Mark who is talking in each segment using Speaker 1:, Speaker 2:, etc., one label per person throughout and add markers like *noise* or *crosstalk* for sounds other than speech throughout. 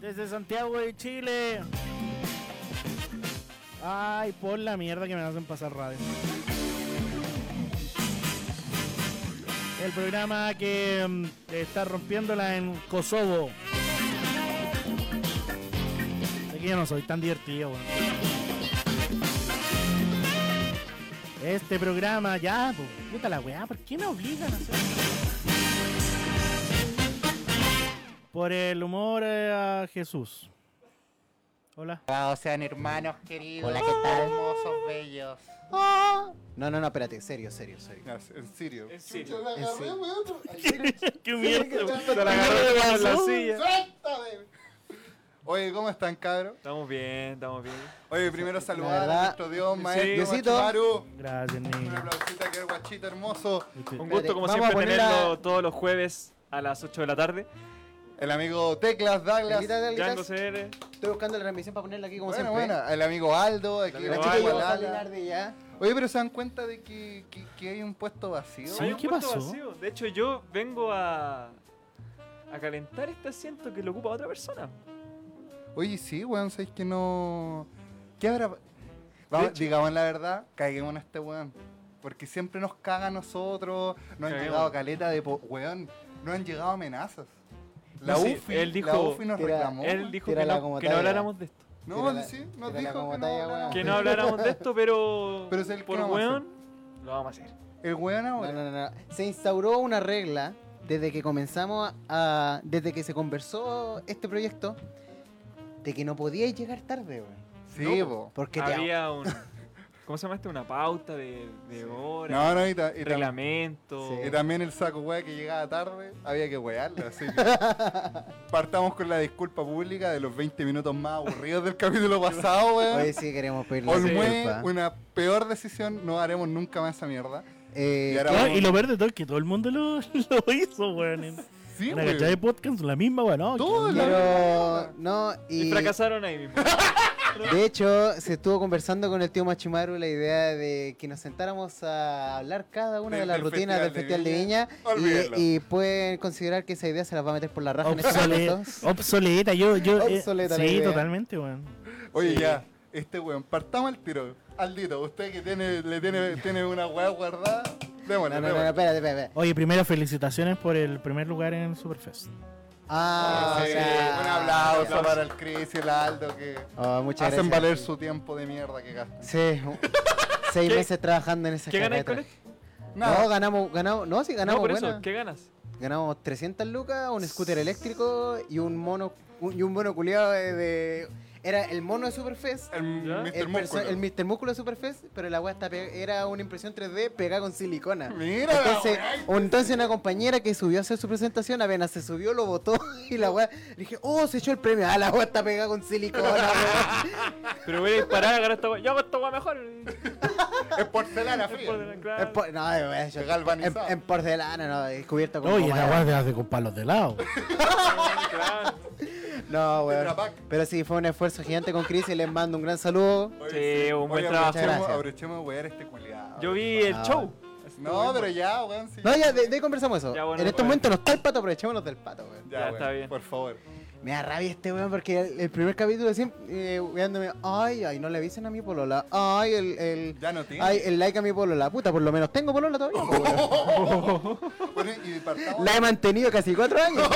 Speaker 1: Desde Santiago de Chile. Ay, por la mierda que me hacen pasar radio. El programa que mm, está rompiéndola en Kosovo. Aquí yo no soy tan divertido, weón. Este programa ya, pues, puta la weá, ¿por qué me obligan a hacer? Por el humor eh, a Jesús. Hola.
Speaker 2: O sean hermanos queridos.
Speaker 3: Hola, ¿qué tal?
Speaker 2: Hermosos, bellos.
Speaker 3: No, no, no, espérate, serio, serio, serio.
Speaker 4: No, En serio.
Speaker 5: Yo la
Speaker 3: En
Speaker 5: agarré,
Speaker 3: serio.
Speaker 5: weón.
Speaker 4: *laughs*
Speaker 5: Ayer-
Speaker 1: *laughs* ¡Qué mierda! weón.
Speaker 4: Se la agarró en la silla.
Speaker 5: ¡Suéltame!
Speaker 4: Oye, ¿cómo están, cabros?
Speaker 6: Estamos bien, estamos bien.
Speaker 4: Oye, primero saludar
Speaker 3: verdad-
Speaker 4: a nuestro Dios, maestro
Speaker 3: Diosito.
Speaker 4: Machumaru.
Speaker 1: Gracias,
Speaker 4: Un
Speaker 1: niño. Ah,
Speaker 4: aplausito que el guachito hermoso.
Speaker 6: Un
Speaker 3: Espérate,
Speaker 6: gusto como
Speaker 3: vamos a
Speaker 6: siempre
Speaker 3: poner
Speaker 6: tenerlo
Speaker 3: a-
Speaker 6: todos los jueves a las 8 de la tarde.
Speaker 4: El amigo Teclas, Douglas.
Speaker 3: Delguita, delguitas,
Speaker 6: Ya no sé,
Speaker 3: Estoy buscando la transmisión para ponerla aquí como
Speaker 4: Bueno,
Speaker 3: siempre.
Speaker 4: bueno, el amigo Aldo, aquí
Speaker 6: amigo
Speaker 4: la
Speaker 3: La
Speaker 4: chica
Speaker 3: chica
Speaker 6: Aldo.
Speaker 3: llegó
Speaker 4: Gualala.
Speaker 3: a tarde ya.
Speaker 4: Oye, pero se dan cuenta de que, que- que hay un puesto vacío.
Speaker 1: Sí.
Speaker 6: hay un
Speaker 1: ¿qué
Speaker 6: puesto
Speaker 1: pasó?
Speaker 6: vacío. De hecho, yo vengo a, a calentar este asiento que lo ocupa otra persona.
Speaker 4: Oye, sí, weón, sabéis que no. ¿Qué habrá.? Vamos,
Speaker 6: hecho-
Speaker 4: digamos la verdad, caguemos en este weón. Porque siempre nos caga a nosotros, nos han
Speaker 6: Caguemos.
Speaker 4: llegado caleta de. po- Weón, nos han llegado amenazas. La
Speaker 6: No, sí,
Speaker 4: UFI,
Speaker 6: él
Speaker 4: la
Speaker 6: dijo-
Speaker 4: UFI nos
Speaker 3: Tira-
Speaker 4: reclamó.
Speaker 6: Él
Speaker 4: weón.
Speaker 6: dijo que
Speaker 3: Tírala
Speaker 6: no,
Speaker 3: como
Speaker 6: que no
Speaker 3: talla.
Speaker 6: habláramos de esto.
Speaker 4: no,
Speaker 3: tírala-
Speaker 4: sí, nos
Speaker 3: tírala
Speaker 4: dijo
Speaker 3: como
Speaker 4: que no,
Speaker 3: talla,
Speaker 4: habláramos.
Speaker 6: Que no habláramos de esto, pero,
Speaker 4: Ah. Pero es el que
Speaker 6: por
Speaker 4: lo vamos a hacer.
Speaker 6: weón lo vamos a hacer.
Speaker 4: El weón
Speaker 3: No,
Speaker 4: ahora.
Speaker 3: no, no, no. Se instauró una regla desde que comenzamos a. Desde que se conversó este proyecto de que no podíais llegar tarde, weón.
Speaker 4: Sí,
Speaker 6: No,
Speaker 4: po.
Speaker 3: Porque te
Speaker 6: Había un... ¿Cómo se llama este? Una pauta de, de horas,
Speaker 4: No, no, y, ta- y ta-
Speaker 6: reglamento.
Speaker 3: Sí.
Speaker 4: y también el saco weá que llegaba tarde, había que wearlo, así
Speaker 6: *laughs*
Speaker 4: que partamos con la disculpa pública de los 20 minutos más aburridos del
Speaker 6: *laughs*
Speaker 4: capítulo pasado,
Speaker 3: Hoy
Speaker 4: weón.
Speaker 3: sí queremos
Speaker 4: *laughs*
Speaker 3: pedirle
Speaker 4: Olmue,
Speaker 3: disculpas.
Speaker 4: una peor decisión, no haremos nunca más esa mierda.
Speaker 3: Eh,
Speaker 4: y ahora-
Speaker 1: No, y lo peor de todo es que todo el mundo lo, *laughs* lo hizo, weón. En
Speaker 4: Sí,
Speaker 1: la
Speaker 4: weón.
Speaker 1: cachada de podcast, la misma, weón. No,
Speaker 4: Todo
Speaker 1: que-
Speaker 4: la-
Speaker 3: pero. No,
Speaker 6: Y
Speaker 3: y.
Speaker 6: fracasaron ahí mismo.
Speaker 3: De hecho, se estuvo conversando con el tío Machimaru la idea de que nos sentáramos a hablar cada una de
Speaker 4: Del-
Speaker 3: las
Speaker 4: del
Speaker 3: rutinas del Festival
Speaker 4: Festival
Speaker 3: de
Speaker 4: de
Speaker 3: Viña,
Speaker 4: Olvídenlo.
Speaker 3: y, y pueden considerar que esa idea se las va a meter por la raja en este estos
Speaker 1: Obsoleta,
Speaker 3: momentos.
Speaker 1: obsoleta, yo, yo eh,
Speaker 3: Obsoleta la
Speaker 1: sí,
Speaker 3: idea.
Speaker 1: totalmente, weón.
Speaker 4: Oye, ya, este weón, partamos al tiro. Aldito, usted que tiene, le tiene, tiene una weá guardada,
Speaker 3: No,
Speaker 4: démosle,
Speaker 3: no, no,
Speaker 4: démosle.
Speaker 3: no, espérate, espérate. espérate.
Speaker 1: Oye, primero felicitaciones por el primer lugar en el Superfest.
Speaker 3: Ah,
Speaker 4: Sí,
Speaker 3: gracias.
Speaker 4: un aplauso para el Chris y el Aldo que
Speaker 3: Ah, muchas
Speaker 4: hacen
Speaker 3: gracias.
Speaker 4: valer su tiempo de mierda que gastan.
Speaker 3: Sí, seis
Speaker 6: ¿Qué-
Speaker 3: meses trabajando en esa
Speaker 6: ¿Qué ganas con esto?
Speaker 3: No, ganamos, ganamos, no, sí,
Speaker 6: No,
Speaker 3: ganamos
Speaker 6: por
Speaker 3: buena.
Speaker 6: eso, ¿qué ganas?
Speaker 3: Ganamos 300 lucas, un scooter eléctrico y un mono, un- y un mono culiado de, de- Era el mono de Superfest.
Speaker 4: El
Speaker 6: ¿Ya?
Speaker 4: Mr.
Speaker 3: El, perso-
Speaker 4: Músculo.
Speaker 3: el Mr. Músculo de Superfest, pero la weá está pe- era una impresión 3D pegada con silicona.
Speaker 4: Mira, la
Speaker 3: Entonces,
Speaker 4: weá.
Speaker 3: entonces una compañera que subió a hacer su presentación, apenas se subió, lo votó y la weá, le dije, oh, se echó el premio, ah, la weá está pegada con silicona, weá.
Speaker 6: Pero voy a disparar, agarrar esta weá. Yo hago esta weá mejor.
Speaker 4: es porcelana
Speaker 6: Es
Speaker 4: fría.
Speaker 6: por-
Speaker 3: En
Speaker 6: claro.
Speaker 3: por- no, weá, yo-
Speaker 4: Es galvanizado.
Speaker 3: en, en porcelana, no, es cubierto con
Speaker 1: No, y
Speaker 3: goma
Speaker 1: esa
Speaker 3: de-
Speaker 1: weá se hace con palos de lado.
Speaker 6: Claro.
Speaker 3: No, weón.
Speaker 4: Tetra Pak.
Speaker 3: Pero sí, fue un esfuerzo gigante con Chris y les mando un gran saludo.
Speaker 6: Sí, un buen
Speaker 4: Oye,
Speaker 6: trabajo.
Speaker 4: Aprovechemos,
Speaker 3: Gracias.
Speaker 4: aprovechemos de wear este culiado.
Speaker 6: Yo vi el
Speaker 3: Ah,
Speaker 6: show.
Speaker 4: No, pero ya, weón. sí,
Speaker 3: No, ya, de, de ahí conversamos eso.
Speaker 6: Ya, bueno,
Speaker 3: en estos
Speaker 6: weón.
Speaker 3: momentos no está el pato, aprovechémonos del pato, weón.
Speaker 6: ya
Speaker 4: weón,
Speaker 6: está bien.
Speaker 4: Por
Speaker 6: *laughs*
Speaker 4: favor.
Speaker 3: Me da rabia este weón porque el, el primer capítulo siempre eh, weándome, ay, ay, no le avisen a mi polola, ay, el, el,
Speaker 4: Ya no tiene.
Speaker 3: ay, el like a mi polola, puta, por lo menos tengo polola todavía. po,
Speaker 4: *laughs*
Speaker 3: weón.
Speaker 4: Bueno, y partamos.
Speaker 3: La he mantenido casi cuatro
Speaker 4: *laughs*
Speaker 3: años.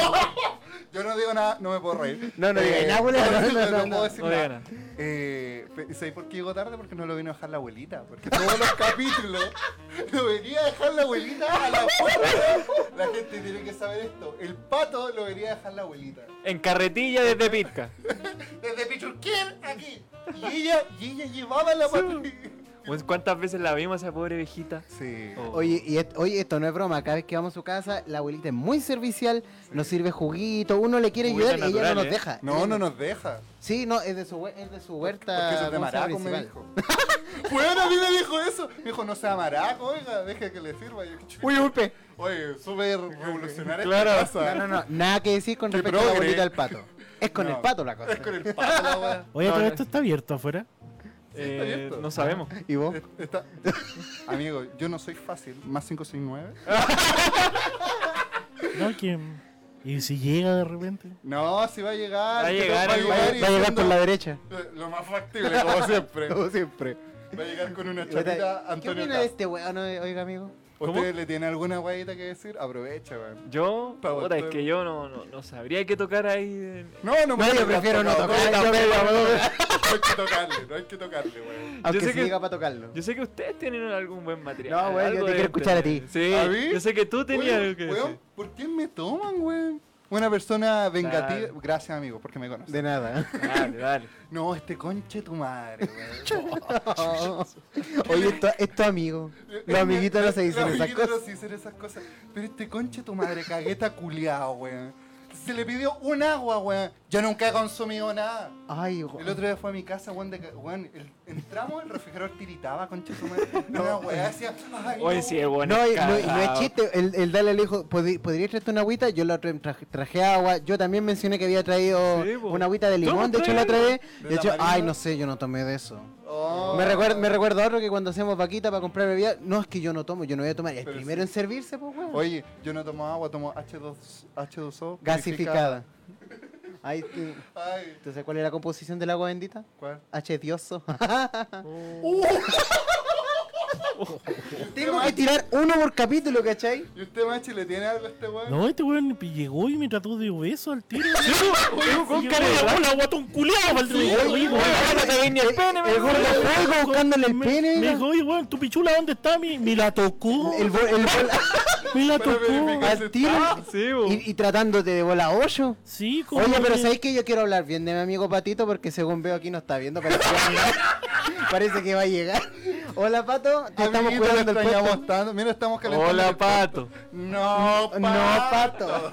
Speaker 4: Yo no digo nada, no me puedo reír. Eh,
Speaker 3: No, no digas nada,
Speaker 4: *laughs*
Speaker 3: boludo, no, no, no,
Speaker 4: puedo
Speaker 3: no.
Speaker 4: decir
Speaker 6: No digas
Speaker 4: nada. Eh, pe- ¿Sabes por qué llegó tarde? Porque no lo vino a dejar la abuelita. Porque todos los *laughs* capítulos lo venía a dejar la abuelita a la puerta. La gente tiene que saber esto. El pato lo venía a dejar la abuelita.
Speaker 6: En carretilla desde Pitca.
Speaker 4: Desde Pichurquén, aquí. Y ella, y ella llevaba la patrulla.
Speaker 6: Pues, ¿Cuántas veces la vimos a esa pobre viejita?
Speaker 4: Sí.
Speaker 6: Oh.
Speaker 3: Oye, y et- oye, esto no es broma, cada vez que vamos a su casa, la abuelita es muy servicial, nos sirve juguito, uno le quiere
Speaker 6: Juguito
Speaker 3: ayudar y ella
Speaker 6: natural,
Speaker 3: no nos
Speaker 6: ¿eh?
Speaker 3: deja.
Speaker 4: No, no nos deja.
Speaker 3: Sí, no, es de su, hue- es de su huerta.
Speaker 4: Porque eso es de
Speaker 3: ¿cómo se llama?
Speaker 4: maraco, me
Speaker 3: Principal. *laughs*
Speaker 4: dijo. Bueno, a mí me dijo eso. Me dijo, no sea maraco, oiga, deje que le sirva. Yo,
Speaker 3: Uy, disculpe.
Speaker 4: Oye,
Speaker 3: *laughs*
Speaker 4: súper este revolucionaria
Speaker 6: Claro.
Speaker 4: esta casa.
Speaker 3: No, no, no, nada que decir con
Speaker 4: Qué
Speaker 3: respecto a la
Speaker 4: progre. ¿eh?
Speaker 3: abuelita del pato. Es con
Speaker 4: No.
Speaker 3: el pato la cosa.
Speaker 4: Es con el pato la wea.
Speaker 1: Oye, todo
Speaker 6: *laughs* No,
Speaker 1: esto está abierto afuera.
Speaker 6: Eh,
Speaker 4: abierto.
Speaker 6: no sabemos.
Speaker 3: ¿Y vos?
Speaker 4: Está- Amigo, yo no soy fácil. Más 569.
Speaker 1: No, que ¿Y si llega de repente?
Speaker 4: No, si va a llegar.
Speaker 6: Va a
Speaker 4: que
Speaker 6: llegar
Speaker 4: no,
Speaker 6: algo.
Speaker 3: Va a
Speaker 4: y
Speaker 3: llegar
Speaker 4: diciendo-
Speaker 3: por la derecha.
Speaker 4: Eh, Lo más factible, como
Speaker 3: *laughs*
Speaker 4: siempre.
Speaker 3: Como siempre.
Speaker 4: Va a llegar con una
Speaker 3: ¿Qué
Speaker 4: chapita Antonio
Speaker 3: opina de este weón, oiga, oiga, amigo?
Speaker 4: ¿Usted le tiene alguna guayita que decir? Aprovecha, weón.
Speaker 6: Yo,
Speaker 4: Pa'
Speaker 6: puta, es
Speaker 4: botar.
Speaker 6: que yo no, no, no sabría qué tocar ahí. en-
Speaker 4: No, no,
Speaker 3: No, yo prefiero no tocarle. yo prefiero no tocarle.
Speaker 4: No hay que tocarle, no hay que tocarle, weón.
Speaker 3: Aunque
Speaker 6: sé
Speaker 3: se
Speaker 6: que-
Speaker 3: diga para tocarlo.
Speaker 6: Yo sé que ustedes tienen algún buen material.
Speaker 3: No, güey, yo
Speaker 6: algo
Speaker 3: te quiero
Speaker 6: deben
Speaker 3: escuchar a ti.
Speaker 6: tener. Sí,
Speaker 4: ¿A mí?
Speaker 6: yo sé que tú tenías
Speaker 4: Oye,
Speaker 6: algo que
Speaker 4: weón,
Speaker 6: decir.
Speaker 4: ¿por qué me toman, weón? Una persona vengativa.
Speaker 6: Claro.
Speaker 4: Gracias, amigo, porque me conoce.
Speaker 3: De nada.
Speaker 4: *laughs*
Speaker 6: Dale, dale.
Speaker 4: No, este conche tu madre,
Speaker 3: *laughs*
Speaker 4: weón. *laughs*
Speaker 3: Oye, esto, esto amigo. Los amiguitos no se dicen
Speaker 4: Los
Speaker 3: esas
Speaker 4: amiguitos
Speaker 3: cosas.
Speaker 4: no se dicen esas cosas. Pero este conche tu madre, cagueta culiao, weón. Se le pidió un agua, weón. Yo nunca he consumido nada.
Speaker 3: Ay,
Speaker 4: El otro día fue a mi casa, weón, de ca- weón, el- entramos, el refrigerador tiritaba, conche tu
Speaker 3: *laughs*
Speaker 4: madre. No, weón, hacía. ay,
Speaker 6: Oye,
Speaker 4: no.
Speaker 6: sí, eh. es bueno.
Speaker 3: No, y-
Speaker 6: es
Speaker 3: no, y no es
Speaker 6: cagado. *laughs*
Speaker 3: chiste. El, el Dale le dijo, "¿Podrí- ¿podrías traerte una agüita? Yo la otra vez traje, traje agua. Yo también mencioné que había traído
Speaker 6: Sí, po.
Speaker 3: una agüita de limón. De hecho, la otra vez.
Speaker 4: ¿De
Speaker 3: De hecho,
Speaker 4: tamarindo?
Speaker 3: ay, no sé, yo no tomé de eso.
Speaker 4: Oh.
Speaker 3: Me recuerda, me recuerda otro que cuando hacemos vaquita para comprar bebida, no es que yo no tomo, yo no voy a tomar. El
Speaker 4: Pero
Speaker 3: primero en servirse, pues, weón.
Speaker 4: Oye, yo no tomo agua, tomo H2, H2O.
Speaker 3: Gasificada. Ahí, tú-
Speaker 4: purificada. Ay,
Speaker 3: ¿tú sabes cuál es la composición del agua bendita?
Speaker 4: ¿cuál?
Speaker 3: H *laughs* dioso. Tengo que tirar uno por capítulo, ¿cachai?
Speaker 4: ¿Y usted, machi, le tiene algo a este weón?
Speaker 1: No, este weón pi- llegó y me trató de obeso al tiro.
Speaker 6: con
Speaker 1: Sí,
Speaker 6: cara de
Speaker 1: weón,
Speaker 6: guapo.
Speaker 1: hola, guatón culiao, maldito.
Speaker 6: Sí,
Speaker 1: Oye,
Speaker 6: weón,
Speaker 1: weón,
Speaker 6: no te ven ni el pene,
Speaker 3: El gordo
Speaker 6: weón.
Speaker 3: juego buscándole el
Speaker 1: me-
Speaker 3: pene.
Speaker 1: Me
Speaker 3: mira.
Speaker 1: dijo, oye, weón, tu pichula, ¿dónde está? Me, me la tocó.
Speaker 3: El bol- el bol-
Speaker 1: me la
Speaker 4: Para
Speaker 1: tocó.
Speaker 4: verificar.
Speaker 3: al tiro.
Speaker 6: Sí, bo.
Speaker 3: Y, y tratándote de bola hoyo.
Speaker 1: Sí, como
Speaker 3: Oye, pero
Speaker 1: que-
Speaker 3: ¿sabéis que yo quiero hablar bien de mi amigo Patito? Porque según veo aquí no está viendo, parece que va a llegar. *laughs* Parece que va a llegar. Hola, Pato. Te estamos
Speaker 4: Amiguito,
Speaker 3: curando
Speaker 4: lo
Speaker 3: el
Speaker 4: extrañamos
Speaker 3: puesto.
Speaker 4: tanto. Mira, estamos calentando.
Speaker 6: Hola,
Speaker 4: el
Speaker 6: pato.
Speaker 4: No, pato.
Speaker 3: No, Pato.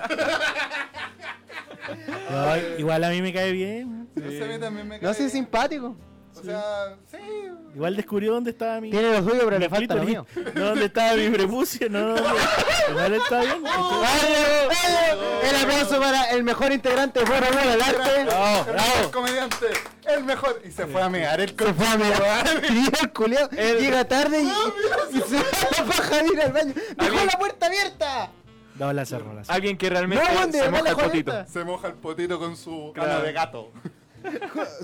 Speaker 1: Ay, igual a mí me cae bien.
Speaker 4: *laughs* No sé, a mí también me
Speaker 3: No
Speaker 4: cae
Speaker 3: sé, es
Speaker 4: bien.
Speaker 3: simpático.
Speaker 4: O sea, sí.
Speaker 1: Igual descubrió dónde estaba mi.
Speaker 3: Tiene lo suyo, pero le
Speaker 1: mi
Speaker 3: falta lo
Speaker 1: clítoris.
Speaker 3: mío.
Speaker 1: *laughs* No, dónde estaba mi prepucio. No, no, no. Igual está bien.
Speaker 3: El aplauso para el mejor integrante de Fuera Bola del Arte.
Speaker 6: Bravo,
Speaker 4: el
Speaker 6: bravo.
Speaker 4: mejor comediante. El mejor. Y se fue a mear el *laughs*
Speaker 3: Se fue a mirar. *laughs* Llega el culiao,
Speaker 6: El-
Speaker 3: llega tarde y, y *laughs* se da la paja de ir al baño. ¡Dejó la puerta abierta!
Speaker 1: No, la cerró, la cerró.
Speaker 6: Alguien que realmente
Speaker 3: No, weón, de
Speaker 6: se
Speaker 3: verdad,
Speaker 6: moja
Speaker 3: la
Speaker 6: el potito.
Speaker 3: jodeta.
Speaker 4: Se moja el potito con su
Speaker 5: Ah,
Speaker 6: Claro.
Speaker 4: cana de gato.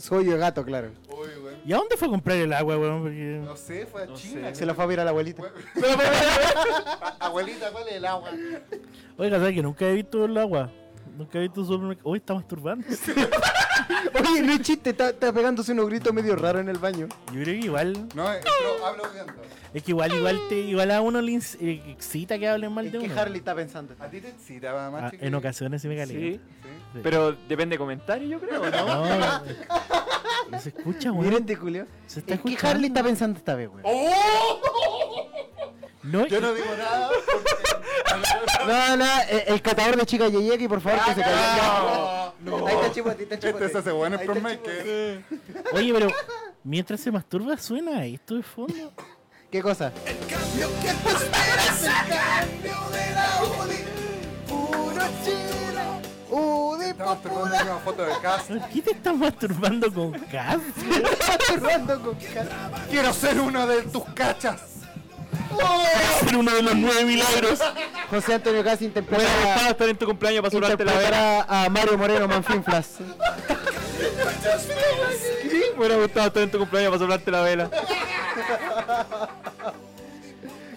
Speaker 3: Soy yo gato, claro.
Speaker 4: Uy, güey.
Speaker 1: ¿Y a dónde fue a comprar el agua, weón? Porque-
Speaker 4: No sé, fue a
Speaker 6: No
Speaker 4: China.
Speaker 6: sé.
Speaker 3: Se lo fue a mirar a la abuelita.
Speaker 4: A- *laughs* Abuelita, ¿cuál es el agua?
Speaker 1: Oiga, ¿sabes que nunca he visto el agua? Nunca he visto un supermercado. Hoy está masturbando. *laughs* Yo
Speaker 3: Oye, no es chiste, está, está pegándose unos gritos medio raros en el baño.
Speaker 1: creo que igual.
Speaker 4: No, es que hablo viendo.
Speaker 1: Es que igual, igual, te, igual a uno le ins- eh, excita que hablen mal
Speaker 3: Es
Speaker 1: de
Speaker 3: que
Speaker 1: uno.
Speaker 3: Harley está pensando.
Speaker 4: ¿A ti te excita, mamá?
Speaker 1: Ah,
Speaker 4: chiquillo?
Speaker 1: en ocasiones sí me
Speaker 6: Sí.
Speaker 1: calienta. Sí.
Speaker 6: Pero depende de comentario, yo creo, ¿no?
Speaker 1: No, no, no se escucha, weón.
Speaker 3: Miren, este te culio.
Speaker 1: se está
Speaker 3: Es que
Speaker 1: escuchando.
Speaker 3: Harley está pensando esta vez, güey.
Speaker 4: ¡Oh!
Speaker 1: No,
Speaker 4: Yo no digo nada porque...
Speaker 3: No, no, el, el catador de chica Yeyeki, por favor, que se caiga.
Speaker 4: No.
Speaker 3: Ahí está Chipote, ahí está Chipote.
Speaker 4: Este se hace bueno
Speaker 3: Ahí
Speaker 4: en
Speaker 3: está
Speaker 4: Promaker.
Speaker 3: Chipote.
Speaker 1: Oye, pero mientras se masturba suena esto de fondo.
Speaker 3: ¿Qué cosa? Uh, de
Speaker 4: Estamos tomando una foto de casa.
Speaker 1: ¿Qué te estás masturbando con gas?
Speaker 3: *laughs* masturbando con cara.
Speaker 4: Quiero ser uno de tus cachas.
Speaker 1: Ser uno de los nueve milagros.
Speaker 3: José Antonio Casi
Speaker 6: Bueno,
Speaker 3: interpreta,
Speaker 6: estaba estar en tu cumpleaños para sobrarte la
Speaker 3: interpretar
Speaker 6: vera.
Speaker 3: a, a Mario Moreno Manfinflas.
Speaker 6: Me hubiera gustado estar en tu cumpleaños para soplarte la vela.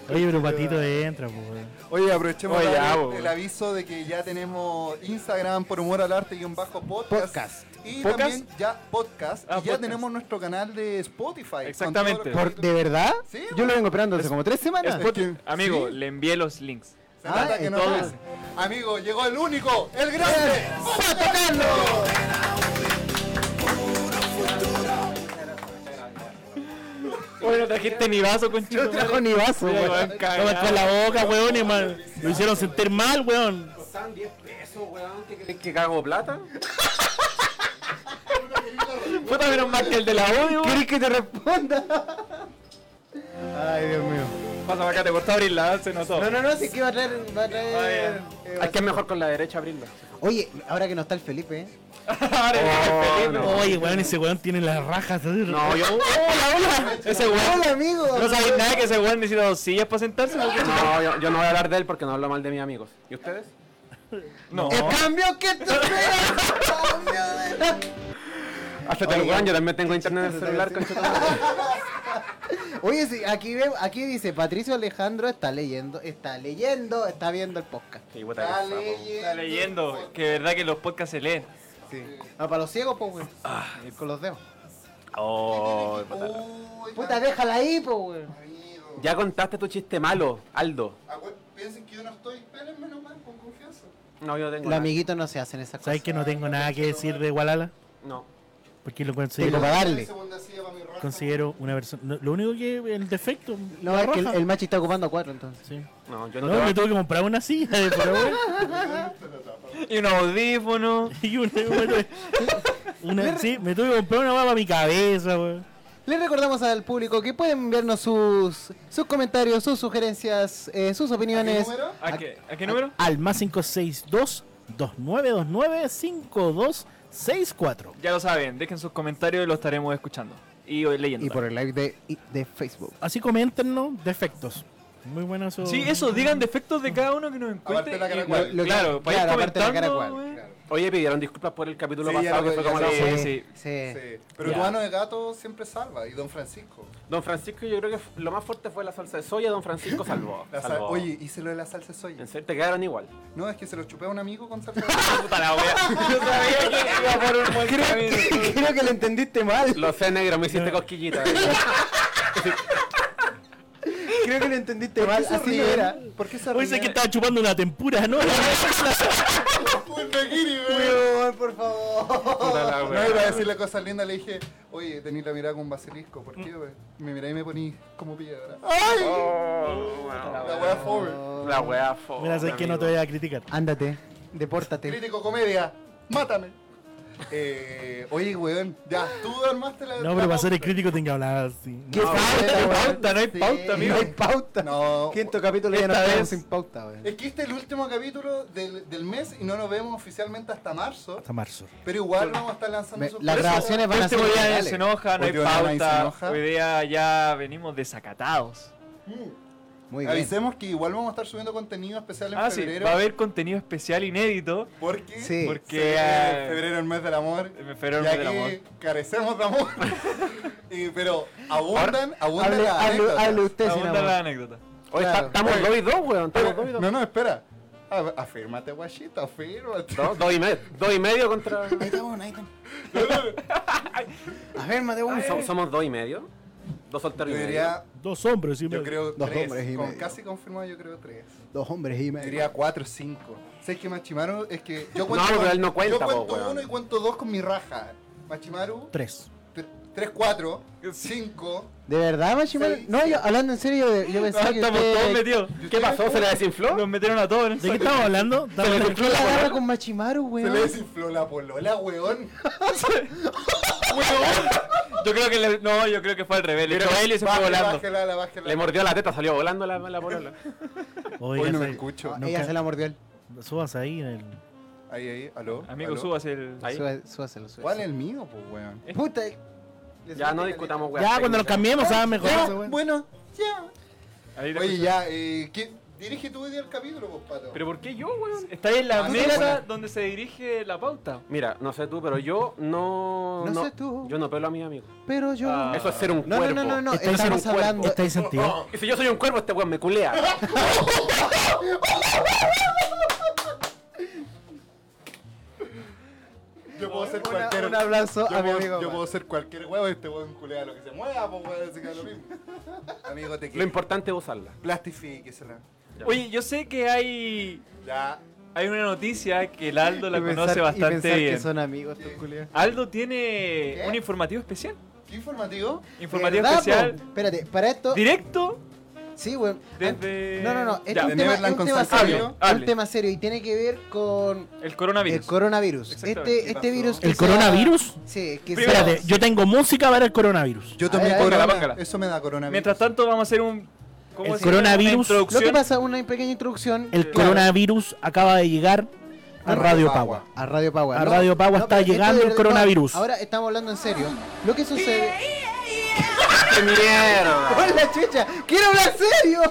Speaker 1: Oye, pero Patito entra, po, weón.
Speaker 4: Oye, aprovechemos
Speaker 6: Oye,
Speaker 4: para
Speaker 6: ya,
Speaker 4: dar
Speaker 6: bo.
Speaker 4: el, aviso de que ya tenemos Instagram por humor al arte y un bajo podcast.
Speaker 3: Podcast.
Speaker 4: Y
Speaker 6: ¿Podcast?
Speaker 4: también ya podcast.
Speaker 6: Ah,
Speaker 4: y ya
Speaker 6: podcast.
Speaker 4: tenemos nuestro canal de Spotify. con
Speaker 6: Exactamente.
Speaker 4: todos los
Speaker 3: Por- ¿De
Speaker 4: capítulos.
Speaker 3: verdad?
Speaker 4: Sí,
Speaker 3: Yo lo vengo esperando hace como tres semanas.
Speaker 4: Es que-
Speaker 6: Amigo,
Speaker 4: sí,
Speaker 6: le envié los links.
Speaker 4: se
Speaker 3: Ah,
Speaker 4: trata que no
Speaker 3: entonces-
Speaker 4: pase. Amigo, llegó el único, el grande. ¡Pato Carlos!
Speaker 6: Oye, no trajiste ni vaso con
Speaker 3: No trajo ni vaso,
Speaker 6: Sí,
Speaker 3: güey.
Speaker 6: weón,
Speaker 1: No me
Speaker 6: cagado.
Speaker 1: la boca, weón, y mal. Lo hicieron sentir mal, weón.
Speaker 5: Están 10 pesos, weón. ¿Qué crees que cago plata?
Speaker 6: *laughs* Puta, menos más que el de la audio.
Speaker 3: ¿Quieres que te responda? Ay, Dios mío.
Speaker 6: Pasa acá, te costó abrirla, se notó.
Speaker 3: No, no, no, si es que va a traer. Va a traer
Speaker 6: Ah,
Speaker 3: eh,
Speaker 5: Aquí es mejor con la derecha
Speaker 6: *laughs*
Speaker 5: abrirla.
Speaker 3: Oye, ahora que no está el Felipe, ¿eh?
Speaker 5: Oh, no.
Speaker 1: Oye, weón, ese weón tiene las rajas.
Speaker 5: No, yo,
Speaker 6: ¡Hola, hola! Ese weón.
Speaker 3: Hola, amigo.
Speaker 6: No sabéis nada que ese weón necesita dos sillas para sentarse. ¿no?
Speaker 5: no, yo, yo no voy a hablar de él porque no hablo mal de mis amigos. ¿Y ustedes? No.
Speaker 3: ¡El cambio que *laughs* tú esperas! ¡Cambio de-
Speaker 5: Hasta te lo weón, yo también tengo internet en el celular, concha tu madre.
Speaker 3: *laughs* Oye, sí, aquí, ve- aquí dice Patricio Alejandro está leyendo, está leyendo, está viendo el podcast.
Speaker 5: Sí, puta, qué sapo.
Speaker 6: Está leyendo, que de verdad que los podcasts se leen.
Speaker 3: Sí. Ah, para los ciegos, pues, güey. Con los dedos.
Speaker 5: Oh, puta.
Speaker 4: Uy,
Speaker 3: Puta, déjala ahí, pues, güey.
Speaker 4: amigo.
Speaker 5: Ya contaste tu chiste malo, Aldo.
Speaker 4: Agüe- Piensen que yo no estoy, espérenme nomás, con confianza.
Speaker 5: No, yo no tengo.
Speaker 3: Los
Speaker 5: nada.
Speaker 3: amiguitos no se hacen esas cosas.
Speaker 1: ¿Sabes que no tengo nada que decir de Walala?
Speaker 5: No.
Speaker 1: Porque lo considero,
Speaker 3: Tengo para darle.
Speaker 4: Segunda silla para mi raja.
Speaker 1: considero una persona. no, Lo único que el defecto.
Speaker 3: No,
Speaker 1: la
Speaker 3: es que el,
Speaker 1: raja.
Speaker 3: el machi está ocupando cuatro, entonces.
Speaker 1: Sí.
Speaker 5: No, yo no,
Speaker 1: No,
Speaker 5: te
Speaker 1: me tuve que comprar una silla de favor.
Speaker 6: Y un audífono.
Speaker 1: *laughs* Y una, una, una- sí, me tuve que comprar una guapa para mi cabeza, weón.
Speaker 3: Les recordamos al público que pueden enviarnos sus, sus comentarios, sus sugerencias, eh, sus opiniones.
Speaker 4: número?
Speaker 6: ¿A qué, ¿A qué número?
Speaker 1: Al más 562 2929 5264.
Speaker 6: Ya lo saben, dejen sus comentarios y los estaremos escuchando. Y hoy leyendo.
Speaker 3: Y por el live de, y- de Facebook.
Speaker 1: Así coméntenos defectos. Muy bueno eso.
Speaker 6: Sí, eso, digan defectos de cada uno que nos
Speaker 4: Aparte
Speaker 6: encuentre.
Speaker 4: de la
Speaker 6: y-
Speaker 4: caracuela.
Speaker 3: Lo que-
Speaker 6: claro, para ir
Speaker 3: claro, aparte de la
Speaker 6: comentando,
Speaker 3: caracuela,
Speaker 6: wey.
Speaker 4: Claro.
Speaker 5: Oye, pidieron disculpas por el capítulo
Speaker 4: Sí, ya
Speaker 5: pasado
Speaker 4: lo-
Speaker 5: que fue
Speaker 4: ya
Speaker 5: como la
Speaker 4: lo-
Speaker 5: wea.
Speaker 6: sí.
Speaker 4: Sí. Pero
Speaker 6: Ya.
Speaker 4: tu mano de gato siempre salva, y Don Francisco.
Speaker 5: Don Francisco, yo creo que f- lo más fuerte fue la salsa de soya. Don Francisco salvó.
Speaker 4: *laughs* La sal-
Speaker 5: salvó.
Speaker 4: Oye, hice lo de la salsa de soya.
Speaker 5: En serio, te quedaron igual.
Speaker 4: No, es que se lo chupé a un amigo con salsa de soya.
Speaker 5: Puta la wea. Yo
Speaker 4: *laughs*
Speaker 5: sabía que iba por un buen camino.
Speaker 6: Este
Speaker 3: Creo que lo entendiste mal.
Speaker 5: Lo sé, negro, me hiciste cosquillita.
Speaker 3: Creo que lo entendiste mal. Así era.
Speaker 4: ¿Por qué se
Speaker 1: Oye, sé que estaba chupando una tempura,
Speaker 6: *laughs*
Speaker 1: ¿no?
Speaker 4: Un pequiri, güey.
Speaker 3: Weón, por favor.
Speaker 5: Puta la
Speaker 4: No
Speaker 5: wea.
Speaker 4: iba a decirle cosas lindas, le dije, oye, tenés la mirada con basilisco, ¿por qué, güey? Me miré y me poní como piedra. ¡Ay!
Speaker 5: Oh, bueno.
Speaker 4: La wea forward.
Speaker 5: La wea fo.
Speaker 1: Mira, sé que no te voy a criticar.
Speaker 3: Ándate, depórtate.
Speaker 4: Crítico comedia, mátame. Eh, oye, weón, ya, tú armaste la.
Speaker 1: No,
Speaker 4: la
Speaker 1: pero para ser el
Speaker 4: pauta.
Speaker 1: crítico tengo que hablar así.
Speaker 3: *laughs* ¿Qué
Speaker 5: No,
Speaker 3: falta,
Speaker 5: no hay
Speaker 3: weón?
Speaker 5: pauta, no hay
Speaker 3: Sí.
Speaker 5: pauta, amigo.
Speaker 3: No hay pauta.
Speaker 4: No.
Speaker 3: Quinto capítulo ya
Speaker 5: Esta
Speaker 3: nos quedamos
Speaker 5: vez-
Speaker 3: sin pauta, weón.
Speaker 4: Es que este es el último capítulo del, del mes y no nos vemos oficialmente hasta marzo.
Speaker 1: Hasta marzo.
Speaker 4: Pero igual vamos a estar lanzando
Speaker 3: Me-
Speaker 4: sus
Speaker 3: las
Speaker 4: cosas.
Speaker 3: grabaciones van a ser
Speaker 6: Este día
Speaker 3: ilegales.
Speaker 6: se enoja, no hay
Speaker 4: Hoy día nadie se
Speaker 6: pauta.
Speaker 4: enoja.
Speaker 6: Hoy día ya venimos desacatados.
Speaker 4: Mm.
Speaker 3: Muy bien.
Speaker 4: Avisemos que igual vamos a estar subiendo contenido especial en
Speaker 6: Ah, sí,
Speaker 4: febrero.
Speaker 6: va a haber contenido especial inédito.
Speaker 4: Porque.
Speaker 3: Sí. eh,
Speaker 6: Porque
Speaker 4: se viene febrero el mes del amor.
Speaker 6: me eh. febrero
Speaker 4: y
Speaker 6: el mes del
Speaker 4: aquí
Speaker 6: amor.
Speaker 4: carecemos de amor. *laughs* Y- pero abundan, abundan
Speaker 3: Hable,
Speaker 4: las
Speaker 3: hable-
Speaker 4: anécdotas.
Speaker 3: hable usted, sin
Speaker 6: Abunda Ah, la
Speaker 3: amor.
Speaker 6: anécdota.
Speaker 5: Oye,
Speaker 3: Claro.
Speaker 5: está- estamos 2 y 2, weón. Estamos 2 y 2.
Speaker 4: No, no, espera. A- afírmate, guachito, afírmate.
Speaker 5: No, dos y medio. Dos y medio contra.
Speaker 3: Ahí está, weón, ahí está. A ver, Mateo, weón.
Speaker 5: So- somos dos y medio. Dos solteros
Speaker 4: Yo
Speaker 5: y medio.
Speaker 4: diría,
Speaker 1: Dos hombres, sí.
Speaker 4: yo
Speaker 1: me-
Speaker 4: creo
Speaker 3: Dos
Speaker 4: tres.
Speaker 3: hombres y
Speaker 4: con
Speaker 3: medio.
Speaker 4: casi confirmado, yo creo tres.
Speaker 3: Dos hombres y
Speaker 4: Yo
Speaker 3: medio.
Speaker 4: diría cuatro o cinco. ¿Sabes que Machimaru es que yo
Speaker 5: *laughs* No,
Speaker 4: cuento.
Speaker 5: pero
Speaker 4: con-
Speaker 5: él no cuenta,
Speaker 4: Yo
Speaker 5: po,
Speaker 4: cuento
Speaker 5: weón.
Speaker 4: uno y cuento dos con mi raja. Machimaru,
Speaker 1: Tres.
Speaker 4: tre- tres, cuatro, cinco.
Speaker 3: ¿De verdad, Machimaro?
Speaker 4: Sí,
Speaker 3: No,
Speaker 4: sí.
Speaker 3: yo, hablando en serio, yo- yo pensaba Pues que
Speaker 6: Ah, Estamos
Speaker 3: usted-
Speaker 6: todos metidos.
Speaker 5: ¿Qué pasó? ¿Se le desinfló?
Speaker 6: Nos metieron a todos en el
Speaker 1: ¿De qué
Speaker 6: saco.
Speaker 1: estamos
Speaker 4: *laughs*
Speaker 1: hablando? Dame
Speaker 5: Se le
Speaker 1: otra-
Speaker 5: infló
Speaker 3: la
Speaker 5: la
Speaker 3: agarra con Machimaru,
Speaker 4: Se le
Speaker 3: weón?
Speaker 4: desinfló la polola, weón.
Speaker 3: *laughs*
Speaker 6: Yo creo que le- no, yo creo que fue al revés. Le
Speaker 5: Pero
Speaker 4: *laughs*
Speaker 6: echó él y se fue
Speaker 4: Bájala,
Speaker 6: volando.
Speaker 4: Bájela, bájela.
Speaker 5: Le mordió la teta, salió volando la, la polola.
Speaker 1: Oiga,
Speaker 4: Hoy no me
Speaker 1: ¿sabes?
Speaker 4: escucho.
Speaker 3: No, ella
Speaker 1: Nunca-
Speaker 3: se la mordió él.
Speaker 1: Subas ahí en el.
Speaker 4: Ahí, ahí, aló.
Speaker 6: Amigo,
Speaker 4: aló.
Speaker 6: subas el.
Speaker 5: Ahí.
Speaker 3: Súbaselo, súbaselo.
Speaker 4: ¿Cuál es el mío, pues, weón?
Speaker 3: Puta, eh.
Speaker 5: Ya no discutamos, weón.
Speaker 1: Ya, cuando lo cambiemos, ah, mejor
Speaker 4: Ya,
Speaker 1: eso, weón.
Speaker 4: bueno, ya.
Speaker 6: Ahí te
Speaker 4: Oye,
Speaker 6: escucho.
Speaker 4: ya, eh, ¿qué- dirige tú hoy día el capítulo, pues, pato.
Speaker 6: ¿Pero por qué yo, weón? Está ahí en la
Speaker 4: Ah, tú
Speaker 6: mesa
Speaker 4: la-
Speaker 6: donde se dirige la pauta.
Speaker 5: Mira, no sé tú, pero yo no.
Speaker 3: No sé tú.
Speaker 5: Yo no pelo a mi amigo.
Speaker 3: pero yo.
Speaker 6: Ah.
Speaker 5: Eso es ser un
Speaker 3: No, no,
Speaker 5: cuervo.
Speaker 3: no, no, no,
Speaker 1: Estáis
Speaker 3: estamos
Speaker 1: en un cuerpo, Este
Speaker 3: hablando-
Speaker 1: estáis
Speaker 4: Oh,
Speaker 1: sentido.
Speaker 5: Y si yo soy un cuervo, este weón me culea.
Speaker 4: Yo puedo ser
Speaker 3: Una-
Speaker 4: cualquier.
Speaker 3: un abrazo
Speaker 4: yo
Speaker 3: a mi
Speaker 4: puedo-
Speaker 3: amigo,
Speaker 4: Yo
Speaker 3: weón.
Speaker 4: puedo ser cualquier huevo, este huevo culea lo que se mueva, pues weón, así que da lo mismo. *laughs* Amigo, te
Speaker 5: Lo
Speaker 4: quiero.
Speaker 5: importante es usarla.
Speaker 4: Plastifíquesela.
Speaker 5: Ya.
Speaker 6: Oye, yo sé que hay.
Speaker 4: Ya.
Speaker 6: Hay una noticia que el Aldo la
Speaker 3: Y pensar-
Speaker 6: conoce
Speaker 3: y
Speaker 6: bastante
Speaker 3: pensar que
Speaker 6: bien.
Speaker 3: son amigos estos culiados.
Speaker 6: Aldo tiene
Speaker 4: ¿Qué?
Speaker 6: un informativo especial.
Speaker 4: ¿Qué informativo?
Speaker 6: Informativo
Speaker 3: ¿Verdad,
Speaker 6: especial.
Speaker 3: po? Espérate, para esto.
Speaker 6: Directo.
Speaker 3: Sí, weón.
Speaker 6: Desde-
Speaker 3: No, no, no. Es
Speaker 6: Ya,
Speaker 3: un
Speaker 4: de
Speaker 3: tema,
Speaker 4: Neverland
Speaker 3: es un
Speaker 4: con
Speaker 3: tema
Speaker 4: San
Speaker 3: serio.
Speaker 4: Fabio.
Speaker 3: es
Speaker 6: Hable.
Speaker 3: un tema serio y tiene que ver con
Speaker 6: El coronavirus.
Speaker 3: el coronavirus.
Speaker 6: Exactamente.
Speaker 3: Este,
Speaker 4: ¿Qué
Speaker 3: este
Speaker 4: pasó?
Speaker 3: virus. que
Speaker 1: ¿El
Speaker 3: se ha-
Speaker 1: coronavirus?
Speaker 3: Sí, que se ha-
Speaker 1: Espérate, yo tengo música para el coronavirus.
Speaker 4: Yo
Speaker 3: tomé
Speaker 4: tomé
Speaker 3: corona,
Speaker 4: corona.
Speaker 6: bájala.
Speaker 4: Eso me da coronavirus.
Speaker 6: Mientras tanto, vamos a hacer un. ¿Cómo
Speaker 1: El
Speaker 6: se llama? Una
Speaker 1: coronavirus-
Speaker 3: Lo
Speaker 6: introducción.
Speaker 3: que pasa, una pequeña introducción. eh,
Speaker 1: El
Speaker 3: Claro.
Speaker 1: coronavirus acaba de llegar a Radio Pagua.
Speaker 3: A Radio Pagua.
Speaker 1: A Radio Pagua está
Speaker 3: pero esto
Speaker 1: llegando
Speaker 3: de
Speaker 1: el
Speaker 3: verdad-
Speaker 1: coronavirus.
Speaker 3: Ahora estamos hablando en serio. Lo que sucede.
Speaker 5: ¡Qué mierda!
Speaker 3: *laughs* ¡Hola, chucha! ¡Quiero hablar serio!